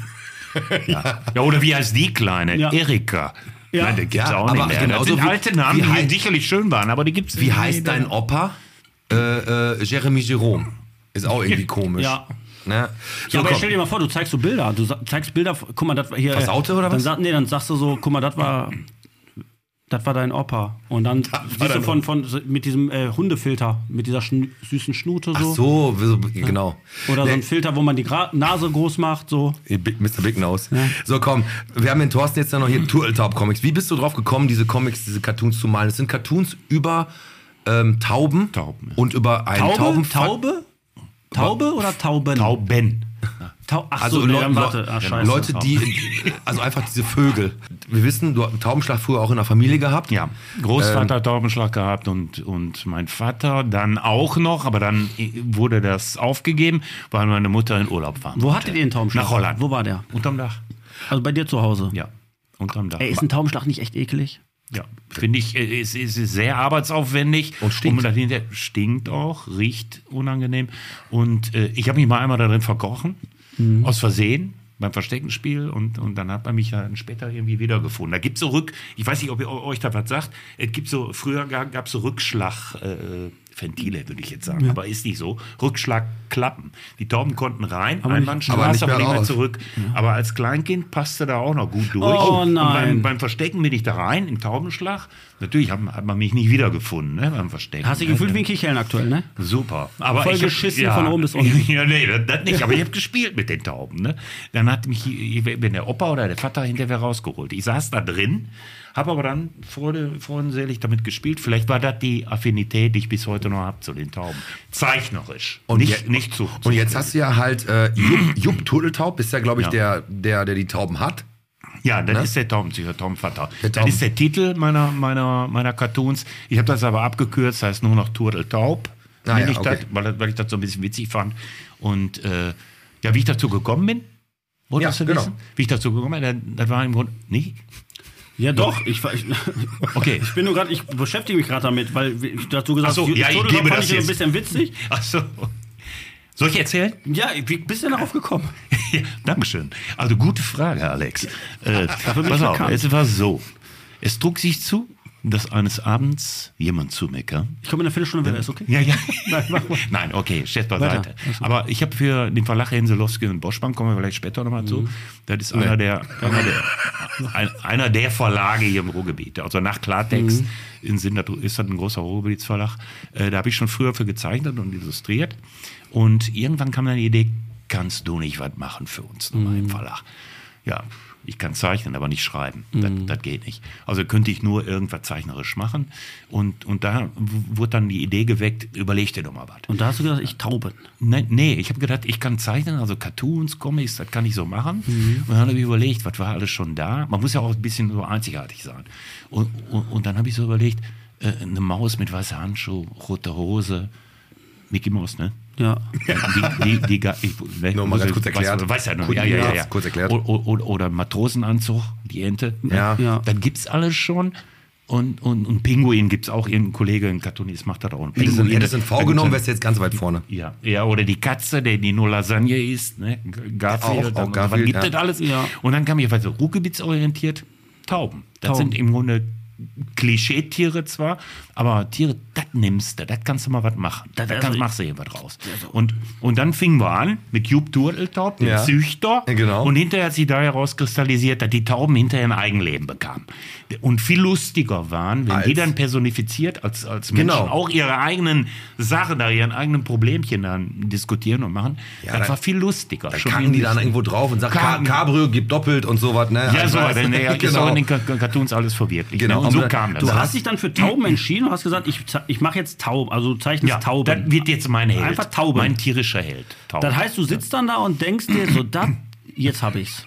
Ja, oder wie heißt die Kleine? Ja. Erika. Ja. Nein, der gibt's Ja, auch aber nicht mehr. Das genauso sind wie- alte Namen, wie die heißt- sicherlich schön waren, aber die gibt's Wie nicht heißt mehr. dein Opa? Äh, äh, Jeremy Jerome. Ist auch irgendwie komisch. Ja. Ne? Ja, So, aber komm. stell dir mal vor, du zeigst so Bilder. Du sa- zeigst Bilder, guck mal, das war hier. Versaute oder was? Dann, sag- nee, dann sagst du so, guck mal, das war. Das war dein Opa. Und dann siehst du dein von, von, mit diesem äh, Hundefilter, mit dieser schn süßen Schnute Ach so. so, so, genau. Oder so Nee, ein Filter, wo man die Gra Nase groß macht, so. Big- Mr. Big Nose. So, komm, wir haben den Thorsten jetzt ja noch hier Turtletop Comics. Wie bist du drauf gekommen, diese Comics, diese Cartoons zu malen? Es sind Cartoons über ähm, Tauben, Tauben, ja. und über einen Taube? Taubenfa- Taube? Taube oder Tauben? Tauben. Tau Ach Also so, nee, Leu- dann warte. Ah, Leu- scheiße. Leute, die, also einfach diese Vögel. Wir wissen, du hast einen Taubenschlag früher auch in der Familie gehabt. Ja, Großvater hat Taubenschlag gehabt und, und mein Vater dann auch noch, aber dann wurde das aufgegeben, weil meine Mutter in Urlaub war. Wo hattet ihr den Taubenschlag? Nach Holland. Wo war der? Unterm Dach. Also bei dir zu Hause. Ja, unterm Dach. Ey, ist ein Taubenschlag nicht echt eklig? Ja, finde ich, äh, es ist, sehr arbeitsaufwendig. Und stinkt. man dahinter, stinkt auch, riecht unangenehm. Und äh, ich habe mich mal einmal darin verkochen, Mhm. aus Versehen, beim Versteckenspiel. Und, und dann hat man mich dann später irgendwie wiedergefunden. Da gibt es so Rück, ich weiß nicht, ob ihr eu- euch da was sagt, es gibt so, früher gab es so Rückschlag. Äh, Ventile, würde ich jetzt sagen, aber ist nicht so. Rückschlagklappen. Die Tauben konnten rein, aber aber nicht Einbahnstraße, aber mehr nicht mehr raus. zurück. Aber als Kleinkind passte da auch noch gut durch. Oh Und nein. beim, beim Verstecken bin ich da rein, im Taubenschlag. Natürlich hat, man- hat man mich nicht wiedergefunden, ne, beim Verstecken. Hast du dich gefühlt wie ein Kicheln aktuell, ne? Super. Aber Voll ich geschissen von oben bis unten. ja, nee, das, das nicht. Aber ich habe gespielt mit den Tauben. Ne? Dann hat mich wenn der Opa oder der Vater hinterher rausgeholt. Ich saß da drin, habe aber dann freude, freundselig damit gespielt. Vielleicht war das die Affinität, die ich bis heute noch habe zu den Tauben. Zeichnerisch. Und nicht, je- nicht zu. Und jetzt hast du ja halt äh, Jupp, Jupp Turteltaub, ist ja, glaube ich, Ja. Der, der, der die Tauben hat. Ja, das ist der Taubensicher, Taubenvater. Ne? Der Das Tauben- ist der Titel meiner, meiner, meiner Cartoons. Ich habe das aber abgekürzt, heißt nur noch Turteltaub, Ah, nenn ja, ich okay. das, weil, das- weil ich das so ein bisschen witzig fand. Und äh, ja, wie ich dazu gekommen bin, wolltest Ja, du genau. wissen? Wie ich dazu gekommen bin, das, das war im Grunde nicht. Ja, doch. Ich, war- ich, Okay. ich bin nur gerade, ich beschäftige mich gerade damit, weil ich dazu gesagt Ach so, Ju- ja, ich Turteltaub liebe fand das ich so ein jetzt. bisschen witzig. Achso. Soll ich erzählen? Ja, wie bist du darauf gekommen? Ja, Dankeschön. Also gute Frage, Alex. Äh, bin pass ich auf, bekannt. es war so. Es trug sich zu, dass eines Abends jemand zu mir kam. Ich komme in einer Viertelstunde wieder, ist okay? Ja, ja. Nein, mach mal. Nein, okay, stellt Weiter. beiseite. Aber ich habe für den Verlag Henselowski und Boschmann, kommen wir vielleicht später nochmal zu. Das ist einer, der, einer, der, ein, einer der Verlage hier im Ruhrgebiet. Also nach Klartext in Sinn, das ist das ein großer Ruhrgebietsverlag. Äh, da habe ich schon früher für gezeichnet und illustriert. Und irgendwann kam dann die Idee, kannst du nicht was machen für uns nochmal im Verlag? Ja. Ich kann zeichnen, aber nicht schreiben. Das, das geht nicht. Also könnte ich nur irgendwas zeichnerisch machen. Und, und da w- wurde dann die Idee geweckt, überleg dir doch mal was. Und da hast du gesagt, ich tauben. Nein, Ne, nee, ich habe gedacht, ich kann zeichnen, also Cartoons, Comics, das kann ich so machen. Mhm. Und dann habe ich überlegt, was war alles schon da? Man muss ja auch ein bisschen so einzigartig sein. Und, und, und dann habe ich so überlegt, äh, eine Maus mit weißer Handschuh, roter Hose, Mickey Mouse, ne? Ja. Die, die, die, ga- ich, ne, Nur mal muss ganz ich- kurz weißt erklärt. du- Weißt du, ja, noch, Kurz- ja, ja, ja, ja, ja. kurz erklärt. O- o- Oder, Matrosenanzug, die Ente. Ja. Ja. Dann gibt's alles schon. Und, und, und Pinguin gibt's auch. Irgendein Kollege, ein Cartoonist macht das auch. Und äh, Hättest du Pinguine, hättest du einen da V gibt's genommen, dann- wärst du jetzt ganz weit vorne. ja, ja, oder die Katze, der die nur Lasagne isst, ne? Garfield, Auch- auch dann- Garfield, wann gibt ja. es alles? Ja. Und dann kam ich weiter, ruhrgebietsorientiert, also Tauben. Das Tauben. sind im Grunde Klischeetiere zwar, aber Tiere, das nimmst du, das kannst du mal was machen. Da wär kannst- so- machst du hier was draus. Und, und dann fingen wir an mit Jupp Turteltaub, dem Ja. Züchter. Ja, genau. Und hinterher hat sich da herauskristallisiert, dass die Tauben hinterher ein Eigenleben bekamen. Und viel lustiger waren, wenn die Als- dann personifiziert als, als Menschen Genau. auch ihre eigenen Sachen da, ihren eigenen Problemchen dann diskutieren und machen. das dann- war viel lustiger. Da Schon kacken die wieder- dann irgendwo drauf und sagen, Ka Kacken. Cabrio gibt doppelt und sowas, ne? ja, Also, so, denn, ja, ist genau. auch in den Ka- Ka- Cartoons alles verwirklicht. Genau. Ne? Und Aber da- so kam das. Du Das- hast dich dann für Tauben entschieden und hast gesagt, ich, ze- ich mache jetzt Tauben, also du zeichnest ja, Tauben. Das wird jetzt mein Held. Einfach Tauben. Mein tierischer Held. Tauben. das heißt, du sitzt dann da und denkst dir so, da, jetzt habe ich's.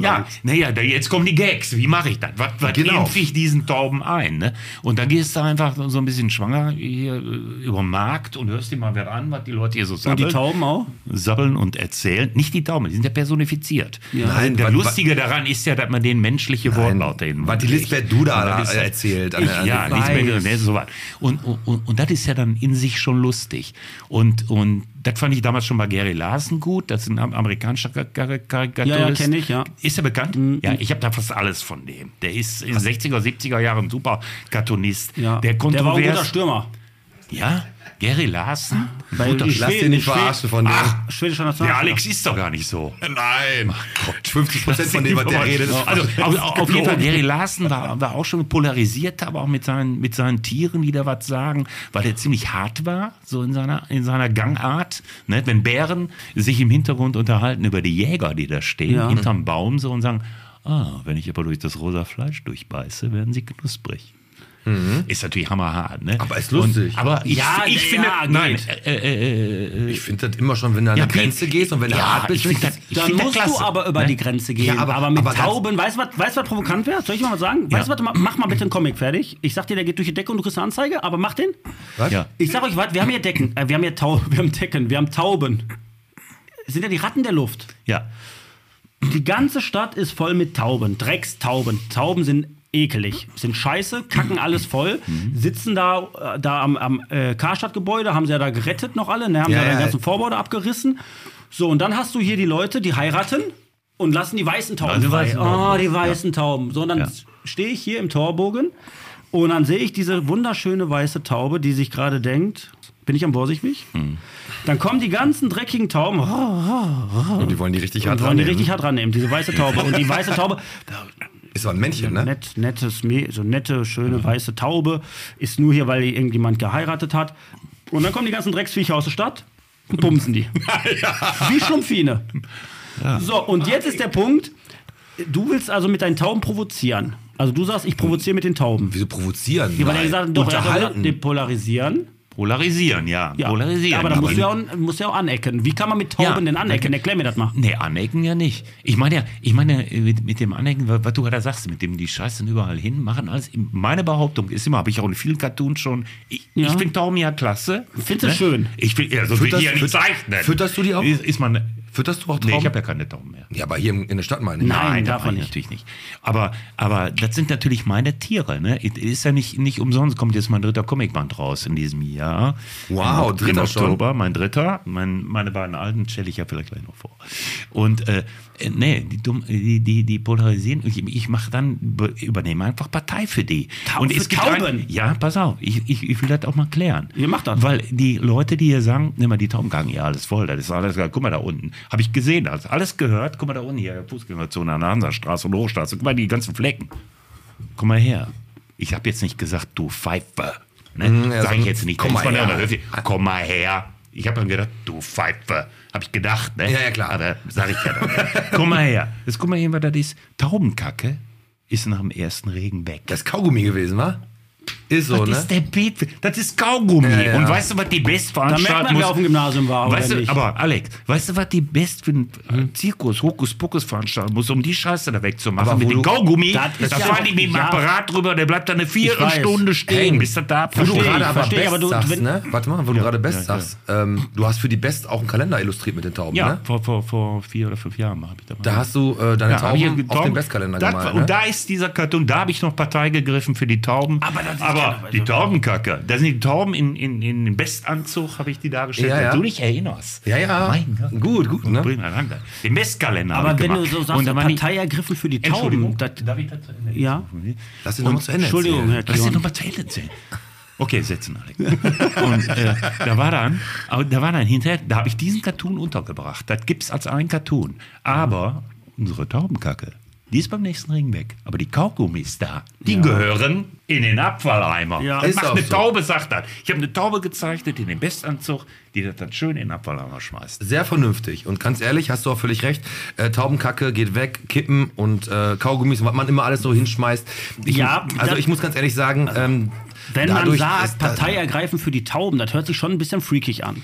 ja, naja, da- jetzt kommen die Gags. Wie mache ich das? Was, was Genau. impfe ich diesen Tauben ein? Ne? Und dann gehst du einfach so ein bisschen schwanger hier äh, über den Markt und hörst dir mal wer an, was die Leute hier so Und die sabbeln. Tauben auch? sabbeln und erzählen. Nicht die Tauben, die sind ja personifiziert. Nein, Der wa- Lustige daran ist ja, dass man denen menschliche Wortlaute hin. was die Lisbeth Duda da ist- erzählt an Ich, der- an ja, der- Lisbeth, ne, so was. Und, und, und, und das ist ja dann in sich schon lustig. Und, und das fand ich damals schon bei Gary Larson gut. Das ist ein am- amerikanischer Kar- Kar- Karikaturist. Ja, ja, kenn ich, ja. Ist er bekannt? Ja, ich habe da fast alles von dem. Der ist in den 60er, 70er Jahren super Cartoonist. Ja. Der, der war ein guter kontrovers. Stürmer. ja, Gary Larson. Bei Ich lass dir Schweden- nicht verarschen von dem. Ach, schwedischer Der Nationalspieler. Alex ist doch gar nicht so. Nein. 50% von dem, was der redet, ist Also, auf, auf- auf jeden Fall, gelogen. Gary Larson war, war auch schon polarisiert, aber auch mit seinen, mit seinen Tieren, die da was sagen, weil er ziemlich hart war, so in seiner, in seiner Gangart. Ne? Wenn Bären sich im Hintergrund unterhalten über die Jäger, die da stehen, Ja. hinterm Baum so und sagen, ah, wenn ich aber durch das rosa Fleisch durchbeiße, werden sie knusprig. Ist natürlich hammerhart, ne? Mhm. Aber ist lustig. Und, aber ich, Ja, ich ja, finde, geht. nein, äh, äh, äh, Ich finde das immer schon, wenn du an eine wie- Grenze gehst und wenn du Ja, hart bist, ich find finde ich das- das- ich Dann find das musst klasse, du aber über ne? die Grenze gehen. aber- aber, mit aber ganz- Tauben, weißt du, was, weißt, du, was provokant wäre? Soll ich mal was sagen? Weißt du, was, ma- mach mal bitte einen Comic fertig. Ich sag dir, der geht durch die Decke und du kriegst eine Anzeige, aber mach den. Was? Ja. Ich sag euch was, wir haben hier Decken, äh, wir haben hier Tau wir haben Decken, wir haben Tauben. Es sind ja die Ratten der Luft. ja. Die ganze Stadt ist voll mit Tauben, Dreckstauben. Tauben sind ekelig, sind scheiße, kacken alles voll, sitzen da, äh, da am, am äh, Karstadt-Gebäude, haben sie ja da gerettet noch alle, ne, haben Ja, ja, da den ja. ganzen Vorbau da abgerissen. So, und dann hast du hier die Leute, die heiraten und lassen die weißen Tauben Also die frei. weißen oh, Tauben. die weißen Tauben. So, und dann Ja. stehe ich hier im Torbogen und dann sehe ich diese wunderschöne weiße Taube, die sich gerade denkt, bin ich am Borsigweg? Hm. Dann kommen die ganzen dreckigen Tauben, Und die wollen die richtig und hart wollen die richtig rannehmen. hart rannehmen, diese weiße Taube. Und die weiße Taube, Ist doch ein Männchen, ne? nett, nettes, Me- so nette, schöne weiße Taube, ist nur hier, weil irgendjemand geheiratet hat. Und dann kommen die ganzen Drecksviecher aus der Stadt und bumsen die. Wie Schlumpfine. So, und jetzt ist der Punkt, du willst also mit deinen Tauben provozieren. Also du sagst, ich provoziere mit den Tauben. Wieso provozieren? Ja, weil er Nein. gesagt hat, doch, er hat unterhalten. gesagt, depolarisieren. Polarisieren, ja. Ja. Polarisieren. Aber da musst du, die- ja auch, musst du ja auch anecken. Wie kann man mit Tauben Ja. denn anecken? Erklär mir das mal. Nee, anecken ja nicht. Ich meine ja, ich meine äh, mit, mit dem Anecken, wa- was du gerade sagst, mit dem die scheißen überall hin, machen alles. Meine Behauptung ist immer, habe ich auch in vielen Cartoons schon, ich, Ja. ich finde Tauben ja klasse. Ne? Findest du schön? Ich finde, ja, so will ich Fütterst- die ja nicht füt- zeichnen. fütterst du die auch? Ist, ist man, Fütterst du auch nee, Tauben? ich habe ja keine Tauben mehr. ja, aber hier in der Stadt meine ich. Nein, Nein, darf darf man man nicht. natürlich nicht. Aber, aber das sind natürlich meine Tiere. Ne? Ist ja nicht, nicht umsonst, kommt jetzt mein dritter Comicband raus in diesem Jahr. Wow, Im, dritter im schon. Oktober, mein dritter. Mein, meine beiden alten stelle ich ja vielleicht gleich noch vor. Und äh, äh, nee, die, dumm, die, die, die polarisieren. Ich, ich mache dann, be- übernehme einfach Partei für die. Tau- für gibt Tauben? ein- ja, pass auf, ich, ich, ich will das auch mal klären. Ihr macht das. Weil die Leute, die hier sagen, nimm mal die Taubengang, ja, alles voll, das ist alles, guck mal da unten. Habe ich gesehen, das alles gehört, guck mal da unten hier, Fußgängerzone an der Hansastraße und Hochstraße, guck mal die ganzen Flecken. Komm mal her. Ich habe jetzt nicht gesagt, du Pfeife. Ne? Mhm, ja, Sag so ich ein jetzt nicht. Komm mal Ich fand her. aber höflich, Komm mal her. Ich habe dann gedacht, du Pfeife. Habe ich gedacht, ne? Ja, ja, klar. Aber sag ich ja dann. komm mal her. Jetzt guck mal hin, was das ist. Taubenkacke ist nach dem ersten Regen weg. Das ist Kaugummi gewesen, wa? Ist so, Das ne? ist der Beat, das ist Kaugummi. Ja, ja. Und weißt du, was die Best Da merkt veranstalten man, wer auf dem muss? Gymnasium war oder Weißt du, nicht. aber Alex, weißt du, was die Best für einen Hm. äh, Zirkus, Hokuspokus veranstalten muss, um die Scheiße da wegzumachen? Aber wo mit dem du- Kaugummi, Das ist da ja fahren auch- die mit dem ja. Apparat drüber, der bleibt da eine Viertelstunde stehen, Hey, bis er da Wo du Verstehe gerade ich, aber verstehe ich, Best aber du- sagst, wenn- ne? Warte mal, wo du gerade Best ja, ja. sagst. Ähm, du hast für die Best auch einen Kalender illustriert mit den Tauben, Ja, ne? vor, vor, vor vier oder fünf Jahren habe ich da mal. Da hast du äh, deine Ja, hab ich Tauben auf getaubt. den Bestkalender das, gemalt, Und ne? da ist dieser Cartoon, da habe ich noch Partei gegriffen für die Tauben. Aber das ist aber die Taubenkacke. Da sind die Tauben in, in, in den Bestanzug, habe ich die dargestellt. Ja, wenn ja. Du dich erinnerst. Ja, ja. Mein Gott. Gut, gut, ne? Prima, danke. Den Messkalender Aber habe ich wenn du gemacht. so sagst, da waren die- Partei ergriffen für die Tauben, Entschuldigung, das, darf ich dazu Ende ja. Lass ihn nochmal zu Ende Entschuldigung, erzählen. Herr Lass dir Kleon. nochmal zu Ende erzählen. Okay, setzen, Alex. Und äh, da war dann, aber da war dann hinterher, da habe ich diesen Cartoon untergebracht. Das gibt's als einen Cartoon. Aber unsere Taubenkacke, die ist beim nächsten Ring weg. Aber die Kaugummis da, die gehören in den Abfalleimer. Ja. das Ist macht auch eine so. Taube, sagt das. Ich habe eine Taube gezeichnet in den Bestanzug, die das dann schön in den Abfalleimer schmeißt. Sehr vernünftig. Und ganz ehrlich, hast du auch völlig recht. Äh, Taubenkacke geht weg, Kippen und äh, Kaugummis und was man immer alles so hinschmeißt. Ich, Ja, also das- ich muss ganz ehrlich sagen, ähm, Wenn man dadurch sagt, ist das- Partei ergreifen für die Tauben, das hört sich schon ein bisschen freakig an.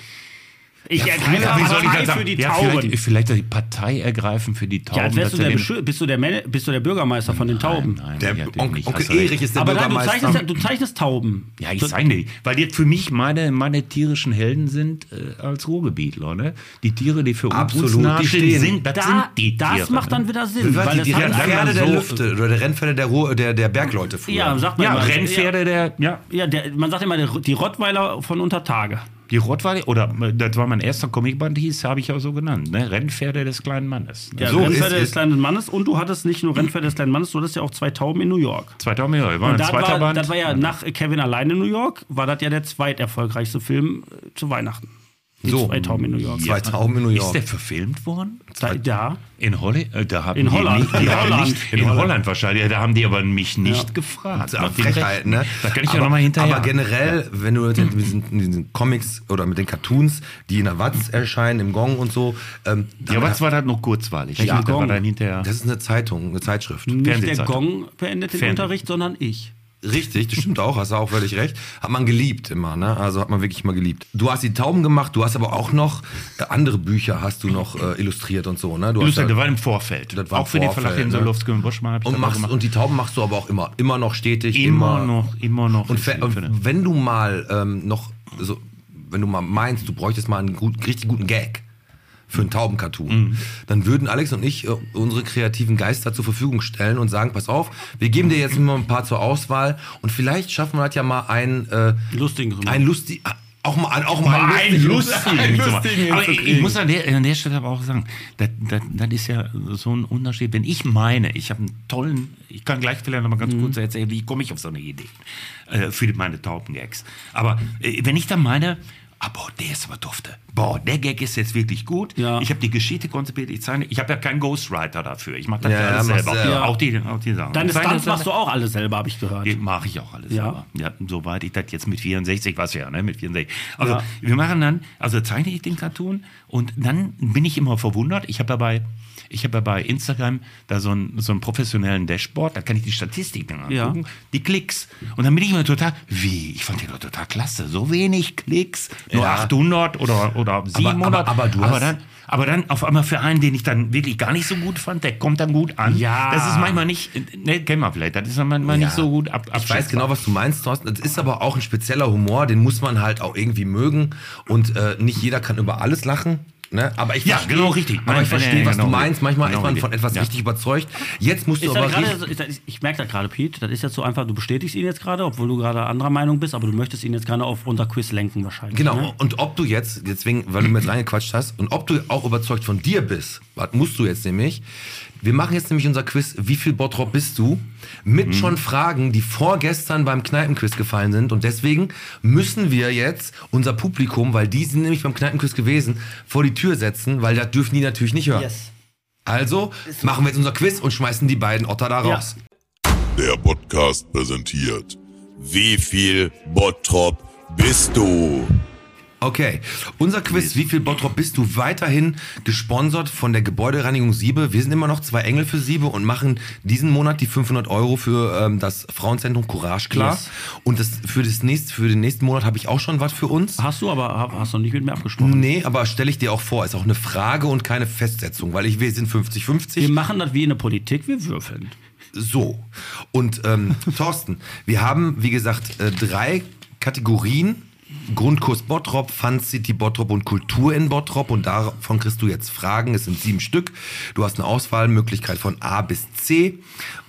Ich ergreife Ja, wie soll ich Partei das sagen? für die Ja, Tauben. vielleicht, vielleicht die Partei ergreifen für die Tauben. Ja, als wärst du dass der, er den- Beschü- bist, du der Man bist du der Bürgermeister von den Tauben. Nein, der die hat den Onkel, nicht. Hast Onkel du recht. Erich ist der Aber nein, du Bürgermeister. zeichnest, ja- du zeichnest Tauben. Ja, ich Du- sage nicht, weil die für mich meine, meine tierischen Helden sind äh, als Ruhrgebietler, ne? Die Tiere, die für Absolut, uns nah die stehen, stehen. sind, das da, sind die das Tiere. macht dann ne? wieder Sinn. Was, Weil die, die das haben dann- alle- Rennpferde der so- Lüfte oder der Rennpferde der, Ruhe, der, der Bergleute früher. ja, sagt man ja, immer. Rennpferde der, ja, Ja, ja der, man sagt immer, der, die Rottweiler von unter Tage. die Rottweiler, oder äh, das war mein erster Comicband, hieß, habe ich auch so genannt, ne? Rennpferde des kleinen Mannes. Ne? Ja, So Rennpferde ist- des ist- kleinen Mannes und du hattest nicht nur Rennpferde des kleinen Mannes, du hattest ja auch zwei Tauben in New York. 2000 Euro, war ein Das zweiter war, Band. das war ja nach Kevin allein in New York, war das ja der zweiterfolgreichste Film äh, zu Weihnachten. Die So. zwei Tauben in New York. Zwei Tauben in New ist York. der verfilmt worden? Da, ja. In Holland? Äh, da haben In die Holland. Nicht, die In haben Holland. Nicht, in, Holland. wahrscheinlich. Ja, Da haben die aber mich nicht gefragt. Also Nach dem Frechheit, Rechten. ne? Da kann ich aber, ja nochmal hinterher. Aber generell, wenn du mit den, mit diesen- mit diesen Comics oder mit den Cartoons, die in der Watz erscheinen, im Gong und so, ähm, ja, dann- aber es war dann noch kurzweilig. Ja, da war komm. dann hinterher. das ist eine Zeitung, eine Zeitschrift. Nicht der Fernsehzeitung. Gong beendet den Fernseh. Unterricht, sondern ich. Richtig, das stimmt auch, hast du auch völlig recht. Hat man geliebt immer, ne? Also hat man wirklich mal geliebt. Du hast die Tauben gemacht, du hast aber auch noch äh, andere Bücher hast du noch äh, illustriert und so, ne? Du hast Illustriert, ja, der war im Vorfeld. Das war auch für im den Verlag Vorfeld, in ne? Solowski und Boschmann habe ich und, das auch machst, gemacht. und die Tauben machst du aber auch immer, immer noch stetig, immer, noch, immer noch. Und, ver- und wenn du mal ähm, noch, so, wenn du mal meinst, du bräuchtest mal einen gut, richtig guten Gag für einen Taubencartoon, dann würden Alex und ich äh, unsere kreativen Geister zur Verfügung stellen und sagen, pass auf, wir geben dir jetzt nur ein paar zur Auswahl und vielleicht schaffen wir das ja mal einen, äh, Lustigen Gründen. einen lustig, auch mal, auch mal Mal einen lustigen, einen hinzumachen. lustigen aber ich, ich hinzukriegen. muss an der, an der Stelle aber auch sagen, das, das, das ist ja so ein Unterschied. Wenn ich meine, ich habe einen tollen, ich kann gleich vielleicht nochmal Mhm. ganz kurz erzählen, wie komme ich auf so eine Idee äh, für meine Taubengags. Aber äh, wenn ich dann meine, ah, boah, der ist aber dufte. Boah, der Gag ist jetzt wirklich gut. Ja. Ich habe die Geschichte konzipiert. Ich, zeichne- ich habe ja keinen Ghostwriter dafür. Ich mache das Ja, ja, ja, alles machst selber. selber. Auch, die, auch die Sachen. Deine Ich zeichne Stunts das machst du auch alle selber, habe ich gehört. Mache ich auch alles Ja. selber. Ja, soweit ich das jetzt mit 64, was ja, ne, mit 64. Also Ja. wir machen dann, also zeichne ich den Cartoon und dann bin ich immer verwundert. Ich habe dabei, ich habe bei Instagram da so einen, so einen professionellen Dashboard, da kann ich die Statistiken Ja. angucken, die Klicks. Und dann bin ich immer total, wie, ich fand den doch total klasse, so wenig Klicks, nur Ja. 800 oder, oder 700. aber- aber du hast- dann, aber dann auf einmal für einen, den ich dann wirklich gar nicht so gut fand, der kommt dann gut an. Ja. Das ist manchmal nicht, ne, kennen wir vielleicht, das ist dann manchmal Ja. nicht so gut ab, Ich weiß genau, was du meinst, Thorsten. Das ist aber auch ein spezieller Humor, den muss man halt auch irgendwie mögen. Und äh, nicht jeder kann über alles lachen. Ne? Aber ich Ja, verstehe- genau richtig. Aber Nein, ich verstehe, nee, was genau du meinst. Manchmal richtig. ist man Genau von etwas richtig. richtig überzeugt. Jetzt musst du Ist aber das gerade, richtig- so- ist das, ich merke das gerade, Pete, das ist jetzt so einfach, du bestätigst ihn jetzt gerade, obwohl du gerade anderer Meinung bist, aber du möchtest ihn jetzt gerade auf unser Quiz lenken wahrscheinlich. Genau, Ne? und ob du jetzt, deswegen, weil du mir jetzt reingequatscht hast, und ob du auch überzeugt von dir bist, was musst du jetzt nämlich. Wir machen jetzt nämlich unser Quiz, wie viel Bottrop bist du? Mit schon Fragen, die vorgestern beim Kneipenquiz gefallen sind. Und deswegen müssen wir jetzt unser Publikum, weil die sind nämlich beim Kneipenquiz gewesen, vor die Tür setzen, weil das dürfen die natürlich nicht hören. Yes. Also machen wir jetzt unser Quiz und schmeißen die beiden Otter da Ja. raus. Der Podcast präsentiert. Wie viel Bottrop bist du? Okay, unser Quiz, wie viel Bottrop bist du weiterhin gesponsert von der Gebäudereinigung Siebe? Wir sind immer noch zwei Engel für Siebe und machen diesen Monat die 500 Euro für ähm, das Frauenzentrum Courage klar. Yes. Und das, für, das nächste, für den nächsten Monat habe ich auch schon was für uns. Hast du aber hab- hast du nicht mit mir abgesprochen. Nee, aber stelle ich dir auch vor, ist auch eine Frage und keine Festsetzung, weil ich, wir sind Wir 50-50. machen das wie in der Politik, wir würfeln. So. Und ähm, Thorsten, wir haben, wie gesagt, äh, drei Kategorien. Grundkurs Bottrop, Fun City Bottrop und Kultur in Bottrop. Und davon kriegst du jetzt Fragen. Es sind sieben Stück. Du hast eine Auswahlmöglichkeit von A bis C.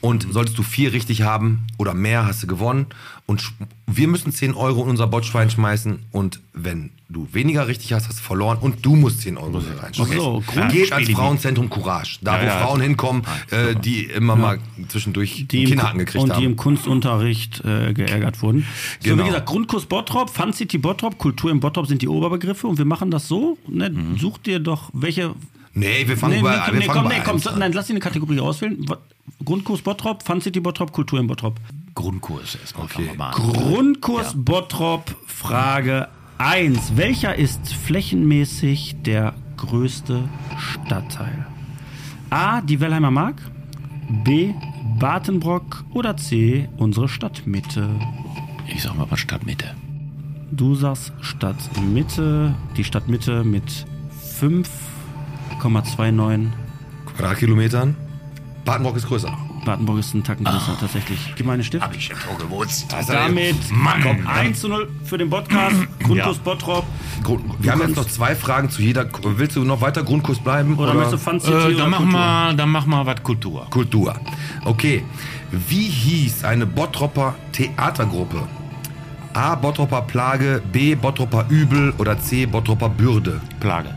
Und solltest du vier richtig haben oder mehr, hast du gewonnen. und sch- wir müssen 10 Euro in unser Botschwein schmeißen und wenn du weniger richtig hast, hast du verloren und du musst 10 Euro reinschmeißen. So, Grund- Geht Spiel ans die- Frauenzentrum Courage, da Ja, wo ja. also- Frauen hinkommen, äh, die immer mal zwischendurch Ah, die im Kinderhaken Ku- gekriegt und die im haben. Kunstunterricht äh, geärgert wurden. So, Genau. wie gesagt, Grundkurs Bottrop, Fun City Bottrop, Kultur im Bottrop sind die Oberbegriffe und wir machen das so. Ne? Such dir doch welche. Mhm. Nee, wir fangen nee, bei nee, wir nee, fangen komm, bei nee, komm, eins so, an. nein, lass dir eine Kategorie auswählen. Wa- Grundkurs Bottrop, Fun City Bottrop, Kultur im Bottrop. Grundkurs erstmal. Okay. fangen wir mal an. Grundkurs Bottrop, Frage 1. Welcher ist flächenmäßig der größte Stadtteil? A. Die Wellheimer Mark. B. Batenbrock. Oder C. Unsere Stadtmitte. Ich sag mal Stadtmitte. Du sagst Stadtmitte. Die Stadtmitte mit 5,29. Quadratkilometern. Badenbrock ist größer. Batenbrock ist ein Tacken größer tatsächlich. Gib mal einen Stift. Ich hab doch gewusst. Da ist er Damit Mann. kommt 1 zu 0 für den Podcast. Grundkurs Ja. Bottrop. Grund, wir haben jetzt noch zwei Fragen zu jeder. Willst du noch weiter Grundkurs bleiben? Oder, Oder, möchtest du Fun City Äh, oder dann, mach Kultur? mal, dann mach mal was Kultur. Kultur. Okay. Wie hieß eine Bottropper Theatergruppe? A. Bottropper Plage, B. Bottropper Übel oder C. Bottropper Bürde. Plage.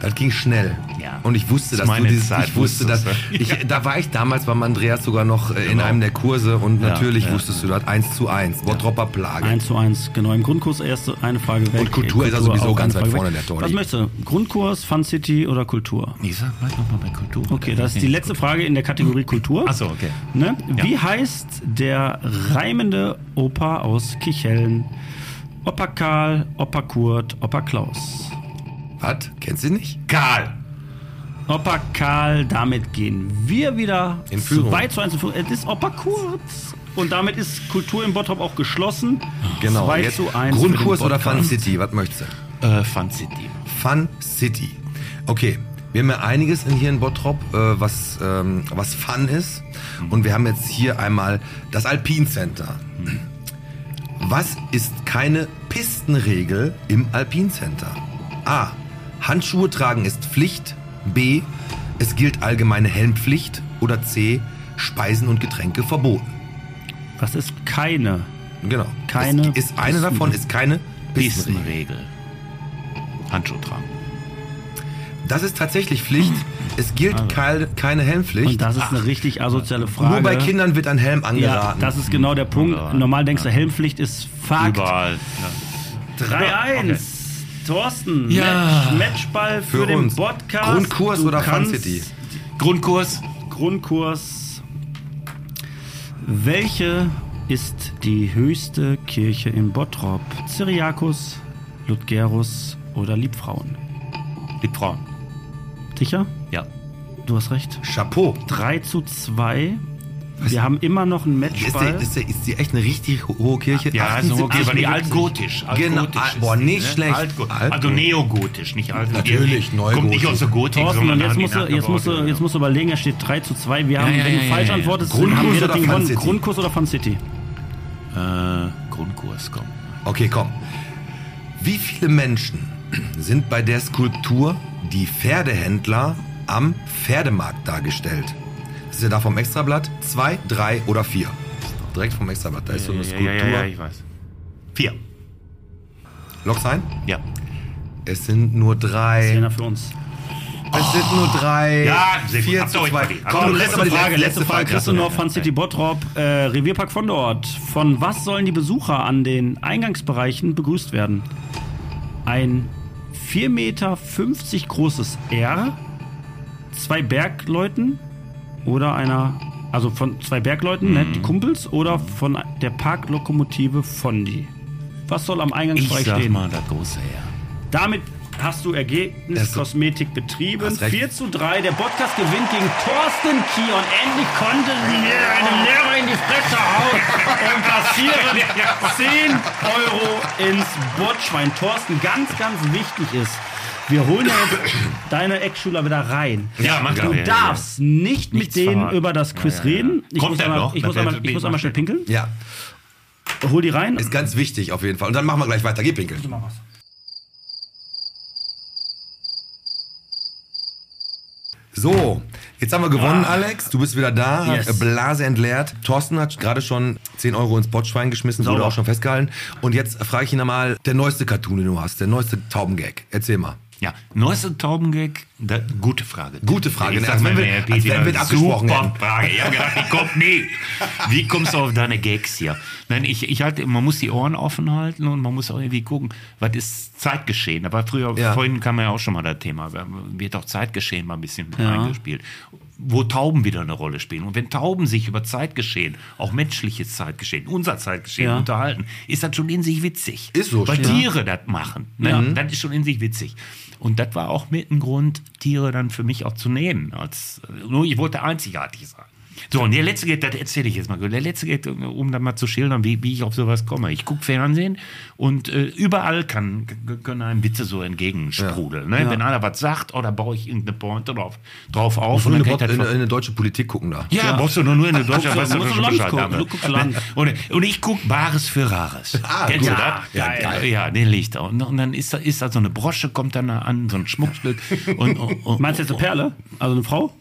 Das ging schnell. Ja. Und ich wusste, dass Das ist du meine dieses, Zeit, ich wusste, dass, wusstest du. Genau. ich, da war ich damals beim Andreas sogar noch äh, in einem der Kurse und natürlich ja, wusstest du das 1 zu 1. Bottropper Plage. 1 zu 1, genau. Im Grundkurs erste eine Frage weg. Und Kultur ist ja sowieso auch ganz eine weit Frage vorne, weg. der Toni. Was möchtest du? Grundkurs, Fun City oder Kultur? Ich sag, bleib doch mal bei Kultur. Okay, das ist die letzte Frage in der Kategorie Kultur. Achso, okay. Ne? Ja. Wie heißt der reimende Opa aus Kichellen? Opa Karl, Opa Kurt, Opa Klaus. Was? Kennst du nicht? Karl. Opa Karl, damit gehen wir wieder In Führung. 2 zu 1 in Führung. Es ist Opa Kurt. Und damit ist Kultur im Bottrop auch geschlossen. Genau. 2 jetzt zu 1. für den Grundkurs oder Fun Podcast. City? Was möchtest du? Äh, Fun City. Fun City. Okay, wir haben ja einiges in hier in Bottrop, äh, was, ähm, was Fun ist. Und wir haben jetzt hier einmal das Alpin Center. Was ist keine Pistenregel im Alpin Center? A. Handschuhe tragen ist Pflicht. B. Es gilt allgemeine Helmpflicht. Oder C. Speisen und Getränke verboten. Was ist keine? Genau. Keine Ist, ist eine davon ist keine Pistenregel. Pistenregel. Handschuh tragen. Das ist tatsächlich Pflicht. Es gilt keine, keine Helmpflicht. Also. Und das ist eine richtig asoziale Frage. Nur bei Kindern wird ein Helm Ja, angeraten. das ist genau der Punkt. Normal denkst du, Helmpflicht ist Fakt. Überall. Ja. 3-1. Thorsten, Ja. Match, Matchball für, Für den uns. Podcast. Grundkurs Du oder Fun kannst City? Grundkurs. Grundkurs. Welche ist die höchste Kirche in Bottrop? Cyriakus, Ludgerus oder Liebfrauen? Die Frauen. Sicher? Ja. Du hast recht. Chapeau. 3 zu 2. Wir haben immer noch einen Ist Matchball. die, ist, die, ist die echt eine richtig ho- hohe Kirche? Ja, also 78 okay, aber die wirklich? altgotisch. Genau, altgotisch al- ist boah, die, nicht schlecht. Altgo also Altgotisch. neogotisch, nicht alt. Natürlich, neugotisch. Kommt nicht aus der Gotik, Thorsten, sondern und jetzt haben musst, die du, jetzt, musst du, nachgebaut. jetzt musst du überlegen, er steht 3 zu 2. Wir haben, ja, wenn du ja, falsch ja, ja. antwortest, Grundkurs haben wir oder das Ding Fun gewonnen. City? Grundkurs oder Fun City? Äh, Grundkurs, komm. Okay, komm. Wie viele Menschen sind bei der Skulptur die Pferdehändler am Pferdemarkt dargestellt? Ist ihr da vom Extrablatt? Zwei, drei oder vier? Direkt vom Extrablatt. Da ist so eine Skulptur. weiß. Vier. Log's ein? Ja. Es sind nur drei. Trainer für uns. Es sind nur drei. Ja, sehr gut. vier Habt ihr zu euch zwei. verdient. Habt ihr Komm, euch letzte, verdient. letzte, Frage, letzte Frage. Letzte Kriegst du Frage. noch Fun City Bottrop, äh, Revierpark von dort. Von was sollen die Besucher an den Eingangsbereichen begrüßt werden? Ein 4,50 Meter großes R, zwei Bergleuten oder einer, also von zwei Bergleuten, ne, die Kumpels, oder von der Parklokomotive Fondi. Was soll am Ich Eingangsbereich sag stehen? mal, das große her. Damit hast du Ergebnis Erste. Kosmetik betrieben. Hast recht. 4 zu 3. Der Podcast gewinnt gegen Thorsten Kion. Endlich konnte mir einem Lehrer in die Fresse hauen und passieren 10 Euro ins Botschwein. Thorsten, ganz, ganz wichtig ist, wir holen ja jetzt deine Eckschüler wieder rein. Ja, mach Du das. darfst nicht mit Nichts denen verraten. über das Quiz Ja, ja, ja. reden. Ich Kommt muss er einmal, noch? Ich Das muss wär- einmal, ich muss einmal schnell pinkeln. Ja, Hol die rein. ist ganz wichtig auf jeden Fall. Und dann machen wir gleich weiter. Geh pinkeln. So, jetzt haben wir gewonnen, Alex. Du bist wieder da, hat äh, Yes. Blase entleert. Thorsten hat gerade schon 10 Euro ins Potschwein geschmissen, wurde Sauber. auch schon festgehalten. Und jetzt frage ich ihn einmal, der neueste Cartoon, den du hast, der neueste Taubengag. Erzähl mal. Ja, neueste Taubengag? Da, gute Frage. Gute Frage, Ich ne? sag Als mal, wenn wir- Herr als Peter, wenn wir das abgesprochen super hätten. Frage. Ich hab gedacht, die kommt nie. Wie kommst du auf deine Gags hier? Nein, ich, ich halte, man muss die Ohren offen halten und man muss auch irgendwie gucken, was ist Zeitgeschehen. Aber früher, Ja. vorhin kam ja auch schon mal das Thema, wird auch Zeitgeschehen mal ein bisschen eingespielt. Wo Tauben wieder eine Rolle spielen. Und wenn Tauben sich über Zeitgeschehen, auch menschliches Zeitgeschehen, unser Zeitgeschehen Ja. unterhalten, ist das schon in sich witzig. Ist so, Weil stimmt. Tiere das machen. Ne? Das ist schon in sich witzig. Und das war auch mit ein Grund, Tiere dann für mich auch zu nehmen. Als, nur ich wollte einzigartig sein. So, und der letzte geht, das erzähle ich jetzt mal. Der letzte geht, um dann mal zu schildern, wie, wie ich auf sowas komme. Ich gucke Fernsehen und äh, überall kann, k- können einem Witze so entgegensprudeln. Ne? Wenn einer was sagt, oder baue ich irgendeine Pointe drauf, drauf auf. In Und eine, dann Pod- geht das in, von- in eine deutsche Politik gucken da. ja, brauchst du nur, nur in der Deutschland, Guckst weißt du, du musst schon du Land Bescheid. gucken, aber- du guckst Land. Und, und ich guck Bares für Rares. Ah, Kennst gut. du das? Ah, ja, geil. ja, den liegt da. Und, und dann ist da, ist da so eine Brosche, kommt dann da an, so ein Schmuckstück. Und, und, und, Meinst du jetzt eine Perle? Also eine Frau?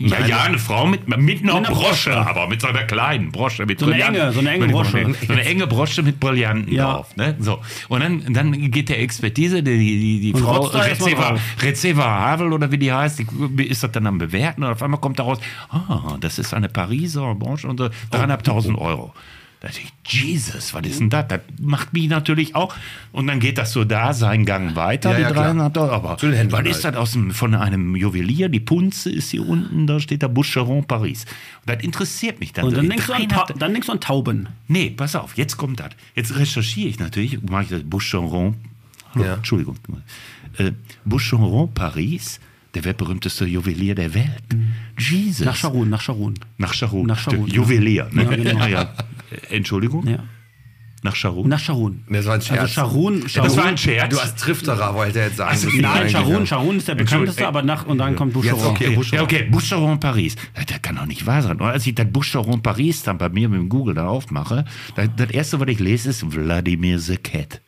ja, ja, eine Frau mit, mit einer einer Brosche, aber mit so einer kleinen Brosche. Mit So eine Brillanten. enge, so eine enge Mit- Brosche. So eine enge Brosche mit Brillanten Ja. drauf. Ne? So. Und dann, dann geht der Expertise, die, die, die Und Frau, rotzt da erstmal Rezeva, drauf. Rezeva Havel oder wie die heißt, die, wie ist das dann am Bewerten? Und auf einmal kommt daraus, ah, das ist eine Pariser Brosche und so, 3.500 Oh, Euro. Da dachte ich, Jesus, was ist denn das? Das macht mich natürlich auch. Und dann geht das so da seinen Gang weiter, Ja, die ja, klar. 3.500 Euro. Aber Zu den Händlern was ist halt. das aus dem, von einem Juwelier? Die Punze ist hier unten, da steht da Boucheron Paris. Und das interessiert mich dann. Und so. dann Also Die denkst, du an 3.500 Ta dann denkst du an Tauben. Nee, pass auf, jetzt kommt das. Jetzt recherchiere ich natürlich, mache ich das Boucheron. Hallo, Ja. Entschuldigung. Äh, Boucheron Paris, der weltberühmteste Juwelier der Welt. Jesus. Mhm. Nach Scharun, nach Scharun. Nach Charon. Nach Scharun, Stimmt, Juwelier. Ne? Ja, genau. Ah, ja. Äh, Entschuldigung? Ja. Nach Charon. Nach Scharun. Das war ein Scherz. Also Scharun, Scharun. das war ein Scherz. Du hast Trifterer, wollte er jetzt sagen. Das ist Nein, eigentlich, Scharun, ja. Scharun ist der bekannteste, Entschuldigung. aber nach und dann kommt Jetzt Boucheron. okay. Ja, Boucheron. okay, Boucheron Paris. Das, das kann doch nicht wahr sein. Und als ich das Boucheron Paris dann bei mir mit dem Google da aufmache, das, das erste, was ich lese, ist Wladimir the Cat.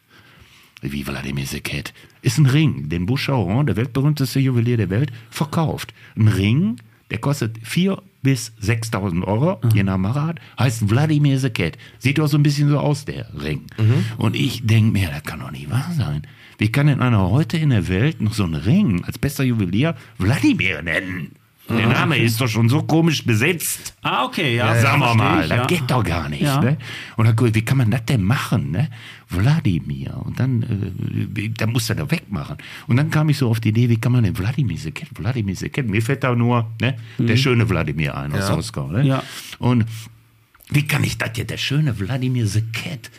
Wie Wladimir the Cat? Ist ein Ring, den Boucheron, der weltberühmteste Juwelier der Welt, verkauft. Ein Ring, der kostet 4.000 bis 6.000 Euro, je nach Marat, heißt Wladimir the Cat. Sieht doch so ein bisschen so aus, der Ring. Und ich denke mir, das kann doch nicht wahr sein. Wie kann denn einer heute in der Welt noch so einen Ring als bester Juwelier Wladimir nennen? Der Name ist doch schon so komisch besetzt. Ah, okay, ja. Sagen wir verstehe mal, ich, das ja. geht doch gar nicht. Ja. Ne? Und dann, guck ich, wie kann man das denn machen? Ne? Wladimir. Und dann, äh, da muss er da wegmachen. Und dann kam ich so auf die Idee, wie kann man den Wladimir Sekett, Wladimir Sekett, mir fällt da nur ne, der schöne Wladimir ein aus Moskau. Mhm. Ne? Ja. Und wie kann ich das hier, der schöne Wladimir Sekett,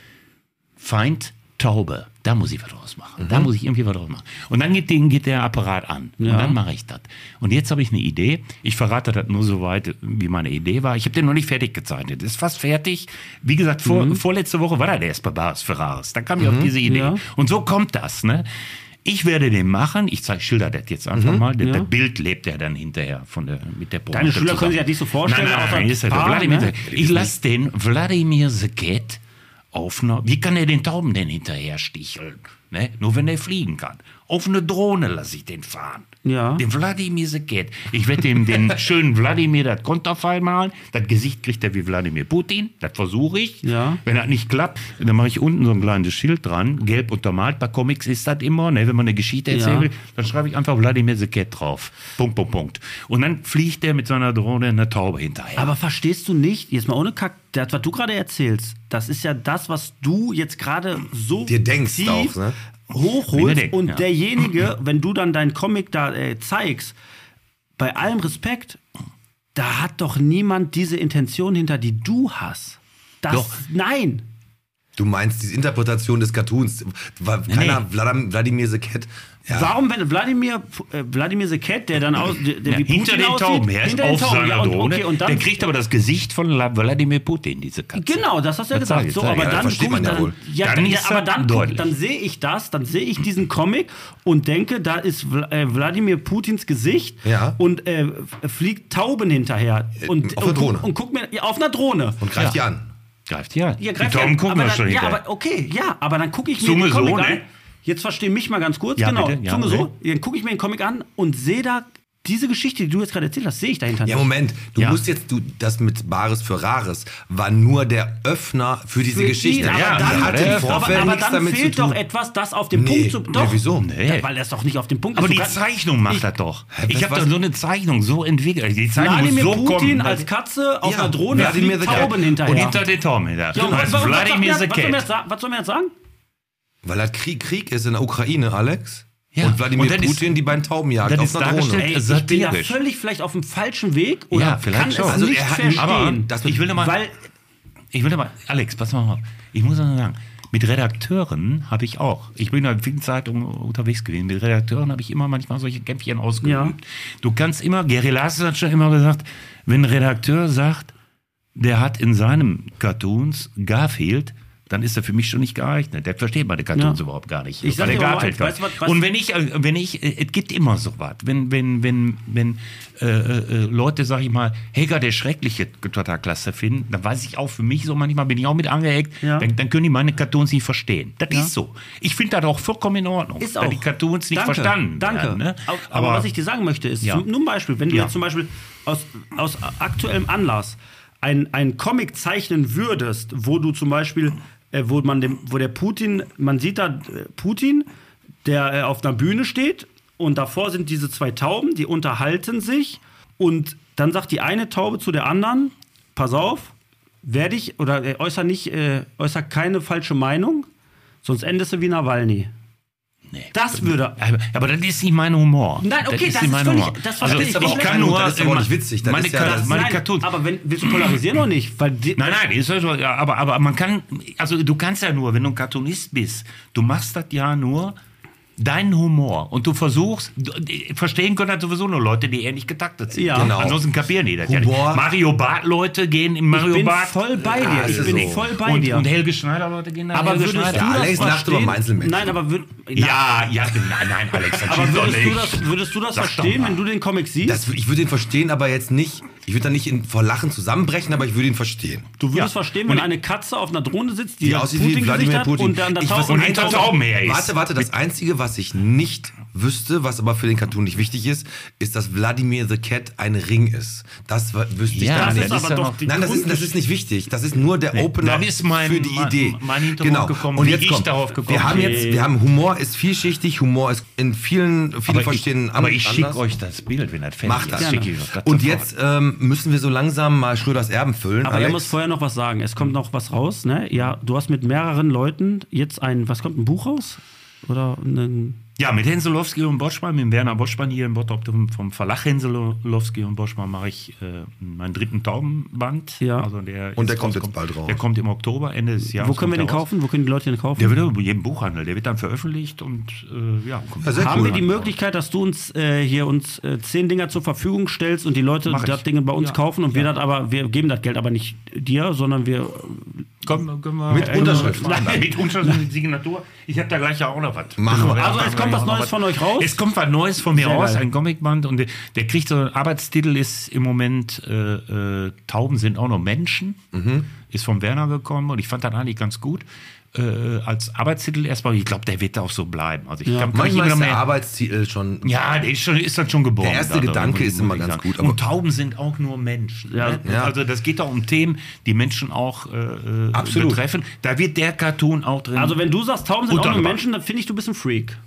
Feind Taube. Da muss ich was draus machen. Mhm. Da muss ich irgendwie was draus machen. Und dann geht, den, geht der Apparat an. Und dann mache ich das. Und jetzt habe ich eine Idee. Ich verrate das nur so weit, wie meine Idee war. Ich habe den noch nicht fertig gezeichnet. Ist fast fertig. Wie gesagt, vor, vorletzte Woche war der erst bei Baris Ferraris. Dann kam ich auf diese Idee. Mhm. Ja. Und so kommt das. Ne? Ich werde den machen. Ich zeig, schilder das jetzt Mhm. einfach mal. Das, das Bild lebt ja dann hinterher von der, mit der Branche Schüler können sich das nicht so vorstellen, Nein, aber nein, nein, ist halt Paar, Wladimir ne? Sekett. Ich lasse den Wladimir Sekett auf einer. Wie kann er den Tauben denn hinterher sticheln? Ne? Nur wenn er fliegen kann. Auf eine Drohne lasse ich den fahren. Ja. Den Wladimir Sekett. Ich werde dem den schönen Wladimir das Konterfei malen. Das Gesicht kriegt er wie Wladimir Putin. Das versuche ich. Ja. Wenn das nicht klappt, dann mache ich unten so ein kleines Schild dran. Gelb untermalt. Bei Comics ist das immer. Ne? Wenn man eine Geschichte erzählen Ja. will, dann schreibe ich einfach Wladimir Sekett drauf. Punkt, Punkt, Punkt. Und dann fliegt er mit seiner Drohne eine Taube hinterher. Aber verstehst du nicht, jetzt mal ohne Kack, das, was du gerade erzählst, das ist ja das, was du jetzt gerade so Dir denkst tief auch, ne? Mir hochholst denk, und ja. derjenige, wenn du dann deinen Comic da äh, zeigst, bei allem Respekt, da hat doch niemand diese Intention hinter, die du hast. Das, Doch. Nein. Du meinst die Interpretation des Cartoons. Weil Keiner, Nee. Vladam- Wladimir Sekett. Ja. Warum, wenn Wladimir, äh, Wladimir the Cat, der dann aus, der, der Ja, wie Putin hinter den aussieht, Tauben her, ist hinter den auf Tauben, seiner ja, und, Drohne. okay, und der dann, kriegt aber das Gesicht von La- Wladimir Putin, diese Katze. Genau, das hast du ja Das gesagt. sag ich, so, sag ich. aber Ja, dann, versteht guck, man ja dann, wohl. ja, Dann dann, ist ja, aber das dann, guck, deutlich. dann sehe ich das, dann sehe ich diesen Comic und denke, da ist Vla- äh, Wladimir Putins Gesicht Ja. und äh, f- fliegt Tauben hinterher. Äh, Und, auf und, einer Drohne. Guck, und guck mir ja, auf einer Drohne. Und greift die an. Greift ja. Ja, greif die Tauben an. gucken aber wir dann, schon Ja, hinterher. aber okay, ja, aber dann gucke ich mir Zunge den Comic so, ne? an. Jetzt versteh mich mal ganz kurz, Ja, genau. bitte, ja, Zunge so. okay. Dann gucke ich mir den Comic an und sehe da diese Geschichte, die du jetzt gerade erzählt hast, sehe ich dahinter Ja, nicht. Moment, du Ja. musst jetzt, du, das mit Bares für Rares war nur der Öffner für diese Für Geschichte. die, aber Ja, dann, die hatte im aber, Vorfeld aber nichts dann damit fehlt zu tun. doch etwas, das auf den Nee, Punkt zu. nee, Doch, wieso? Nee. Ja, weil das doch nicht auf den Punkt Aber ist. Du die kannst- Zeichnung macht Ich- das doch. Hä, Ich was- habe doch was- so eine Zeichnung so entwickelt. Die Zeichnung muss Wladimir so Putin kommen. als Katze auf Ja, einer Drohne Wladimir fliegt the Cat. Tauben hinterher. und hinter den Also Tom hinter. ja, und was, als was, was, Vladimir was, the was, soll man jetzt Cat. sa- was soll man jetzt sagen? Weil das Krieg, Krieg ist in der Ukraine, Alex. Ja. Und Wladimir Und dann ist- Putin, die beiden Tauben jagt dann auf ist einer Drohne. dargestellt- Ey, ich bin da satirisch. völlig vielleicht auf dem falschen Weg oder Ja, vielleicht kann schon. es Also nicht er hat- verstehen. Aber das mit- ich will noch mal, weil ich will noch mal, Alex, pass mal auf. Ich muss noch sagen, mit Redakteuren habe ich auch. Ich bin in vielen Zeitungen unterwegs gewesen. Mit Redakteuren habe ich immer manchmal solche Kämpfchen ausgeübt. Ja. Du kannst immer, Gary Larsen hat schon immer gesagt, wenn ein Redakteur sagt, der hat in seinem Cartoons Garfield, dann ist er für mich schon nicht geeignet. Der versteht meine Cartoons Ja. überhaupt gar nicht. Ich sag Meine dir mal, Garfield-Cartoons. weißt du, was- was- Und wenn ich, äh, wenn ich, äh, es gibt immer so was. Wenn, wenn, wenn, wenn äh, äh, äh, Leute, sag ich mal, Helga der Schreckliche total klasse finden, dann weiß ich auch für mich so, manchmal bin ich auch mit angeheckt, Ja. dann, dann können die meine Cartoons nicht verstehen. Das ist so. Ich finde das auch vollkommen in Ordnung, ist dass auch. die Cartoons nicht danke, verstanden Danke. werden. Ne? Aber, was ich dir sagen möchte, ist Ja. nur ein Beispiel. Wenn du Ja. jetzt zum Beispiel aus, aus aktuellem Anlass ein, ein Comic zeichnen würdest, wo du zum Beispiel, äh, wo man dem, wo der Putin, man sieht da äh, Putin, der äh, auf einer Bühne steht und davor sind diese zwei Tauben, die unterhalten sich und dann sagt die eine Taube zu der anderen, pass auf, werde ich oder äh, äußer nicht, äh, äußer keine falsche Meinung, sonst endest du wie Nawalny. Das würde Aber, aber das ist nicht mein Humor. Nein, okay, das ist mein völlig- Humor. das also, verstehe ich. ich Ich kann möchte- nur. Das ist aber nicht witzig, das meine ist ja- Car- das- meine Nein, Cartoons. Aber wenn, willst du polarisieren oder nicht? Weil die, Nein, nein, ist also, ja, aber, aber man kann, also du kannst ja nur, wenn du ein Cartoonist bist, du machst das ja nur deinen Humor und du versuchst, du, die- verstehen können das sowieso nur Leute, die ähnlich getaktet sind. Ja. Genau. Ansonsten kapieren die das ja Humor. nicht. Mario Barth-Leute gehen in Mario ich bin Barth. voll bei dir. also ich bin so. voll bei und, dir. und Helge Schneider-Leute gehen nach aber Helge würdest du Schneider. das Alex lacht über verstehen? im Einzelmenschen. Nein, aber würd, Ja, ja, nein, nein, Alex, das aber stimmt doch würdest du nicht. das, würdest du das Sag doch verstehen, mal. wenn du den Comic siehst? Das, ich würde ihn verstehen, aber jetzt nicht. Ich würde da nicht in, vor Lachen zusammenbrechen, aber ich würde ihn verstehen. du würdest Ja. verstehen, Und wenn ich- eine Katze auf einer Drohne sitzt, die, Die das aussieht wie Putin-Gesicht Wladimir hat Putin. und dann der Ich weiß Taube noch Und hinter Tauben her ist. Warte, warte, das Einzige, was ich nicht wüsste, was aber für den Cartoon nicht wichtig ist, ist, dass Vladimir the Cat ein Ring ist. Das w- wüsste ich Ja, dann Das Nee, nicht. ist das ist aber ja doch noch- die Nein, das ist, das Grund- ist nicht wichtig. Das ist nur der Opener dann ist mein- für die mein- Idee. mein Hintergrund genau. gekommen, Und wie jetzt ich kommt, darauf gekommen Wir haben bin. jetzt, wir haben Humor ist vielschichtig, Humor ist in vielen, viele Aber ich, verstehen aber ich anders. schicke euch das Bild, wenn das fertig Macht ist. das. Schick ich euch das Und sofort. jetzt ähm, müssen wir so langsam mal Schröders Erben füllen. Aber er muss Alex. vorher noch was sagen. Es kommt noch was raus, ne? Ja, du hast mit mehreren Leuten jetzt ein, was kommt, ein Buch raus? Oder ein, Ja, mit Henselowski und Boschmann, mit Werner Boschmann hier in Bottrop vom, vom Verlag Henselowski und Boschmann mache ich äh, meinen dritten Taubenband. Ja. Also der Und der kommt jetzt bald raus. Der kommt im Oktober, Ende des Jahres. wo können wir den kommt der raus. kaufen? Wo können die Leute den kaufen? Der wird in jedem Buchhandel, der wird dann veröffentlicht und äh, ja. Kommt Ja, sehr Haben cool. wir die Möglichkeit, dass du uns äh, hier uns äh, zehn Dinger zur Verfügung stellst und die Leute Mach ich. das Dinge bei uns Ja. kaufen und wir das aber, wir geben das Geld aber nicht dir, sondern wir. Komm, können wir, Mit Unterschrift. Nein, mit Unterschrift und Signatur. Ich habe da gleich ja auch noch was. Machen wir. Also es kommt was Neues von euch raus. Es kommt was Neues von mir Sehr raus, geil. ein Comicband. Und der, der kriegt so einen Arbeitstitel, ist im Moment äh, äh, Tauben sind auch noch Menschen. Ist von Werner gekommen und ich fand das eigentlich ganz gut. Äh, als Arbeitstitel erstmal, ich glaube, der wird da auch so bleiben. Also ich glaub, kann ich Manchmal immer ist der mehr. Arbeitstitel schon. Ja, der ist, schon, ist dann schon geboren. Der erste dadurch, Gedanke muss ich- ist immer muss ich ganz sagen. gut, aber- Und Tauben sind auch nur Menschen. Ja. ne? Ja. Also das geht doch um Themen, die Menschen auch äh, äh, Absolut. betreffen. Da wird der Cartoon auch drin. Also wenn du sagst, Tauben sind auch nur Untergebracht. Menschen, dann finde ich, du bist ein Freak.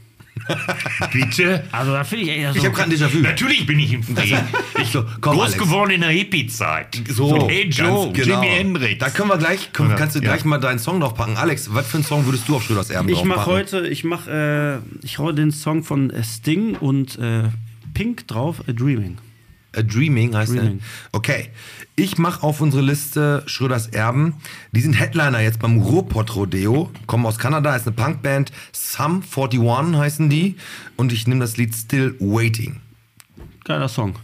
bitte. Also da finde ich, ey, also, Ich habe gerade ein Déjà-vu. Natürlich bin ich ein Freak. Ich So, komm, groß Alex. geworden in der Hippie-Zeit. So, hey ganz Joe, genau. Jimi Hendrix. Da können wir gleich, können, Oder? kannst du gleich Ja. mal deinen Song draufpacken. Alex, was für einen Song würdest du auf Schröders Erben ich mache draufpacken? heute, ich mache, äh, ich hau den Song von äh, Sting und äh, Pink drauf, äh, Dreaming. A Äh, Dreaming heißt Dreaming. er. Okay. Ich mache auf unsere Liste Schröders Erben. Die sind Headliner jetzt beim Ruhrpott Rodeo. Kommen aus Kanada, ist eine Punkband. Sum 41 heißen die. Und ich nehme das Lied Still Waiting. Geiler Song.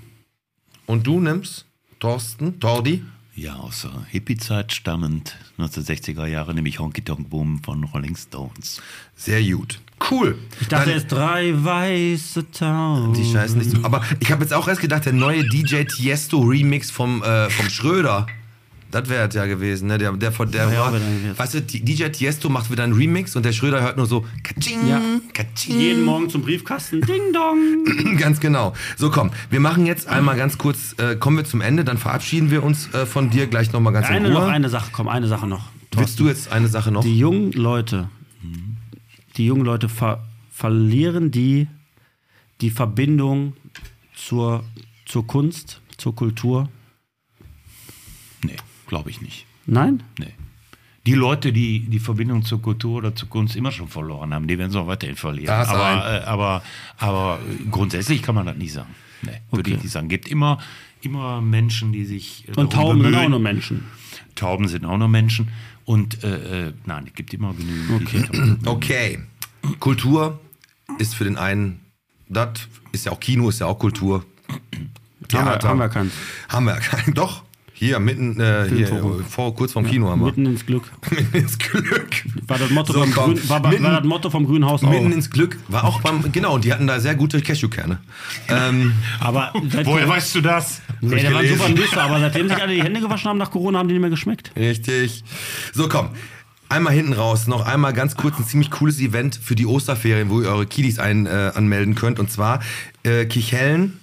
Und du nimmst Thorsten, Tordi. Ja, aus der Hippie-Zeit stammend, 1960er Jahre, nämlich Honky Tonk Boom von Rolling Stones. Sehr gut. Cool. Ich dachte, Dann- er ist drei weiße Tauben. Die scheißen nicht Mhm. so. Aber ich habe jetzt auch erst gedacht, der neue DJ Tiesto Remix vom, äh, vom Schröder. Das wäre es ja gewesen, ne? Der, der von der. Ja, war, aber dann jetzt. weißt du, die- DJ Tiesto macht wieder einen Remix und der Schröder hört nur so Katsching, Ja. Katsching. Jeden Morgen zum Briefkasten. Ding dong. Ganz genau. So, komm, wir machen jetzt einmal ganz kurz, äh, kommen wir zum Ende, dann verabschieden wir uns äh, von dir gleich nochmal ganz Eine in noch, Ruhe. eine Sache. Komm, eine Sache noch. Willst du jetzt eine Sache noch? Die jungen Leute, die jungen Leute ver verlieren die, die Verbindung zur, zur Kunst, zur Kultur. Nee, glaube ich nicht. Nein? Nee. Die Leute, die die Verbindung zur Kultur oder zur Kunst immer schon verloren haben, die werden es auch weiterhin verlieren. Da hast du Aber, äh, aber, aber grundsätzlich kann man das nicht sagen. Nee, würde Okay. ich nicht sagen. Gibt immer, immer Menschen, die sich. äh, Und darum Tauben sind bemühen. auch nur Menschen. Tauben sind auch nur Menschen. Und äh, äh, nein, es gibt immer genügend. die sich darum bemühen. Okay. Kultur ist für den einen, das ist ja auch Kino, ist ja auch Kultur. Haben wir, haben wir keins. Haben wir keinen. Doch. Hier, mitten, äh, hier, Filmforum. vor, kurz vorm Kino haben wir. Mitten ins Glück. Mitten ins Glück. War das Motto, So, vom, komm. Grün, war, war, Mitten- war das Motto vom Grünen Haus auch. Mitten ins Glück war auch beim, genau, und die hatten da sehr gute Cashewkerne. Ähm, aber seit, Woher weißt du das? nee, da waren gelesen? super Nüsse, aber seitdem sich alle die Hände gewaschen haben nach Corona, haben die nicht mehr geschmeckt. richtig. So, komm. Einmal hinten raus, noch einmal ganz kurz ein ziemlich cooles Event für die Osterferien, wo ihr eure Kiddies ein, äh, anmelden könnt. Und zwar äh, Kichellen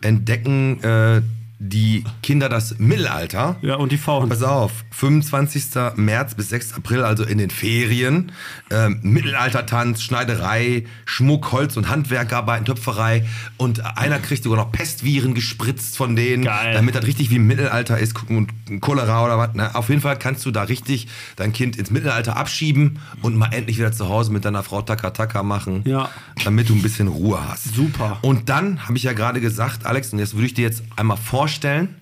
entdecken äh, die Kinder das Mittelalter. Ja, und die Frauen. Pass auf, 25. März bis 6. April, also in den Ferien. Ähm, Mittelaltertanz, Schneiderei, Schmuck, Holz- und Handwerkarbeiten, Töpferei. Und einer kriegt sogar noch Pestviren gespritzt von denen, Geil. damit das richtig wie im Mittelalter ist. Gucken und Cholera oder was. Ne? Auf jeden Fall kannst du da richtig dein Kind ins Mittelalter abschieben und mal endlich wieder zu Hause mit deiner Frau Takataka machen. Ja. Damit du ein bisschen Ruhe hast. Super. Und dann habe ich ja gerade gesagt, Alex, und jetzt würde ich dir jetzt einmal vorstellen,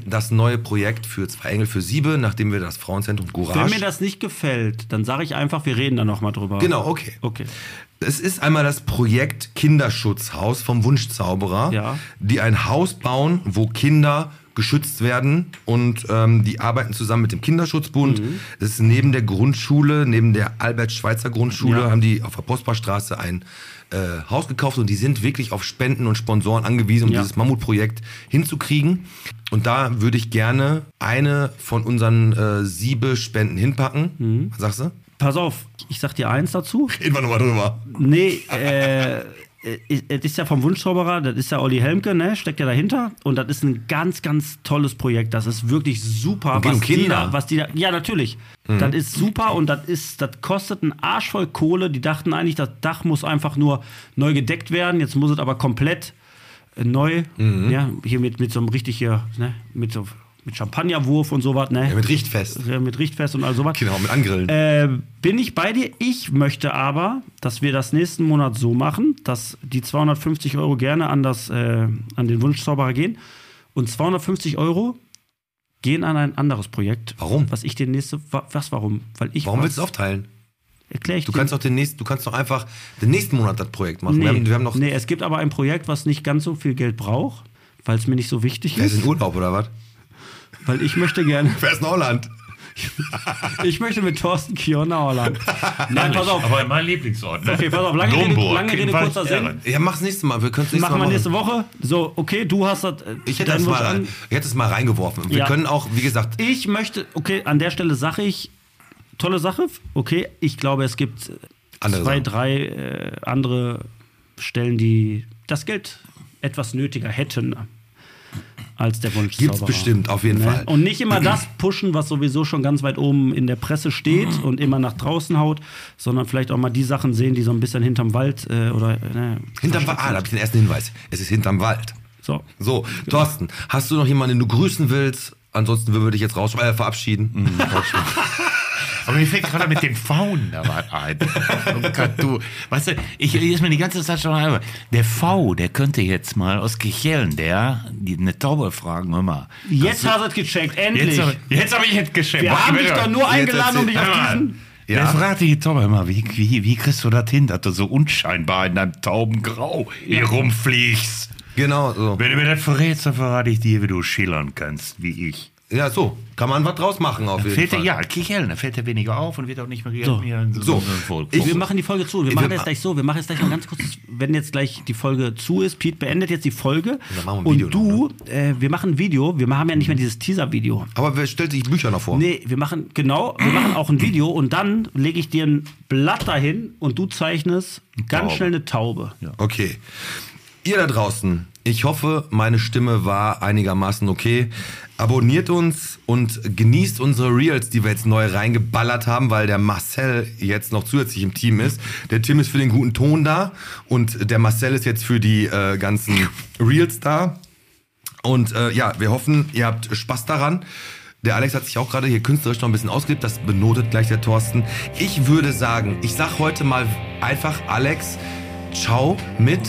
das neue Projekt für Zwei Engel für Siebe, nachdem wir das Frauenzentrum Wenn Courage. mir das nicht gefällt, dann sage ich einfach, wir reden da nochmal drüber. genau, okay. Okay. Es ist einmal das Projekt Kinderschutzhaus vom Wunschzauberer, Ja. die ein Haus bauen, wo Kinder geschützt werden und ähm, die arbeiten zusammen mit dem Kinderschutzbund. Mhm. Das ist neben der Grundschule, neben der Albert-Schweitzer-Grundschule, Ja. haben die auf der Postbarstraße ein äh, Haus gekauft und die sind wirklich auf Spenden und Sponsoren angewiesen, um Ja. dieses Mammutprojekt hinzukriegen. Und da würde ich gerne eine von unseren äh, sieben Spenden hinpacken. Mhm. Was sagst du? Pass auf, ich sag dir eins dazu. Reden wir nochmal drüber. Nee, äh, äh, es ist ja vom Wunschzauberer, das ist ja Olli Helmke, ne? Steckt ja dahinter. Und das ist ein ganz, ganz tolles Projekt. Das ist wirklich super, geht um die Kinder. Mhm. da, was die da. Ja, natürlich. Das ist super und das ist, das kostet einen Arsch voll Kohle. Die dachten eigentlich, das Dach muss einfach nur neu gedeckt werden. Jetzt muss es aber komplett äh, neu. Mhm. Ja, hier mit, mit so einem richtig hier, ne? Mit so mit Champagnerwurf und sowas, ne? Ja, mit Richtfest. Ja, mit Richtfest und all sowas. Genau, mit Angrillen. Äh, bin ich bei dir. Ich möchte aber, dass wir das nächsten Monat so machen, dass die 250 Euro gerne an, das, äh, an den Wunschzauberer gehen. Und 250 Euro gehen an ein anderes Projekt. Warum? Was ich den nächste. wa- Was warum? Weil ich. Warum willst du es aufteilen? Erklär ich Du dir. kannst doch den nächsten, du kannst doch einfach den nächsten Monat das Projekt machen. nee, wir, haben, wir haben noch. nee, es gibt aber ein Projekt, was nicht ganz so viel Geld braucht, weil es mir nicht so wichtig Wer ist ist. in Urlaub oder was? Weil ich möchte gerne. Wer ist in Holland? ich möchte mit Thorsten Kiona Holland. Nein, pass auf. Aber mein Lieblingsort. Ne? Okay, pass auf, lange Rede- Domburg, lange Rede, in kurzer Sinn. Waldherren. Ja, mach's nächstes Mal. Wir können es nächstes Machen wir Mal nächste machen. Woche. So, okay, du hast das. äh, Ich hätte, deinen das Wunsch mal, an. ich hätte es mal reingeworfen. Wir Ja. können auch, wie gesagt, Ich möchte, okay, an der Stelle sage ich, tolle Sache, okay, ich glaube, es gibt Andere zwei, Sachen. drei äh, andere Stellen, die das Geld etwas nötiger hätten als der Wunsch. Ne? Gibt's bestimmt, auf jeden Fall. Und nicht immer das pushen, was sowieso schon ganz weit oben in der Presse steht und immer nach draußen haut, sondern vielleicht auch mal die Sachen sehen, die so ein bisschen hinterm Wald äh, oder. Äh, ne, hinterm Wald. Ah, versteckt sind. da habe ich den ersten Hinweis. Es ist hinterm Wald. So. So, Thorsten, hast du noch jemanden, den du grüßen willst? Ansonsten würden wir dich jetzt raus äh, verabschieden. Aber mir fällt gerade mit den Pfauen da was ein. Oh Gott, du. Weißt du, ich ist mir die ganze Zeit schon einmal. Der V, der könnte jetzt mal aus Kichellen, der die, eine Taube fragen, hör mal. Jetzt hast du es gecheckt, endlich. Jetzt habe jetzt hab ich jetzt geschenkt. Wir haben dich doch nur eingeladen, um dich Hör auf mal. diesen. Ja. Dann fragte die Taube immer, wie, wie, wie kriegst du das hin, dass du so unscheinbar in deinem Taubengrau hier rumfliegst? Genau so. Wenn du mir das verrätst, dann verrate ich dir, wie du schillern kannst, wie ich. Ja, so. Kann man was draus machen auf jeden Fällt der, Fall. ja, Kichellen, da fällt er weniger auf und wird auch nicht mehr So. mehr So. Volk. Ich- Wir machen die Folge zu. Wir machen wir- das gleich so. Wir machen jetzt gleich noch ganz kurz, wenn jetzt gleich die Folge zu ist. Pete beendet jetzt die Folge. Dann machen wir ein Und Video ne? du, äh, wir machen ein Video. Wir machen ja nicht mehr dieses Teaser-Video. Aber wer stellt sich Bücher noch vor? Nee, wir machen, genau, wir machen auch ein Video und dann lege ich dir ein Blatt dahin und du zeichnest ganz Taube. schnell eine Taube. Okay. Ihr da draußen, ich hoffe, meine Stimme war einigermaßen okay. Abonniert uns und genießt unsere Reels, die wir jetzt neu reingeballert haben, weil der Marcel jetzt noch zusätzlich im Team ist. Der Tim ist für den guten Ton da und der Marcel ist jetzt für die äh, ganzen Reels da. Und äh, ja, wir hoffen, ihr habt Spaß daran. Der Alex hat sich auch gerade hier künstlerisch noch ein bisschen ausgelebt. Das benotet gleich der Thorsten. Ich würde sagen, ich sag heute mal einfach Alex, ciao mit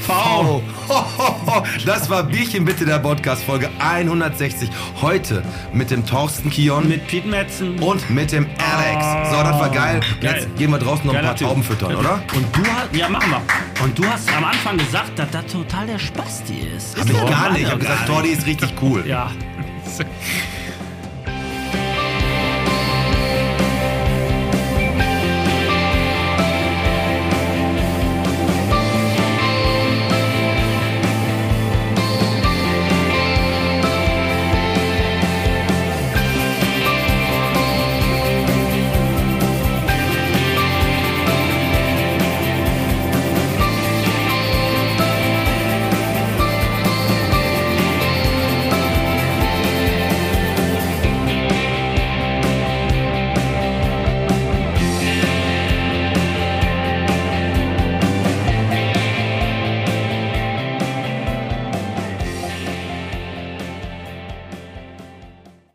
V. Das war Bierchen bitte der Podcast-Folge 160. Heute mit dem Thorsten Kion Mit Pete Metzen. und mit dem Alex. So, das war geil. Geil. Jetzt gehen wir draußen noch ein Geiler paar Typ. Tauben füttern, oder? Und du hast, ja, machen wir. Und du hast am Anfang gesagt, dass das total der Spasti ist. Hab ich gar nicht. Ich hab gesagt, Tordi ist richtig cool. Ja.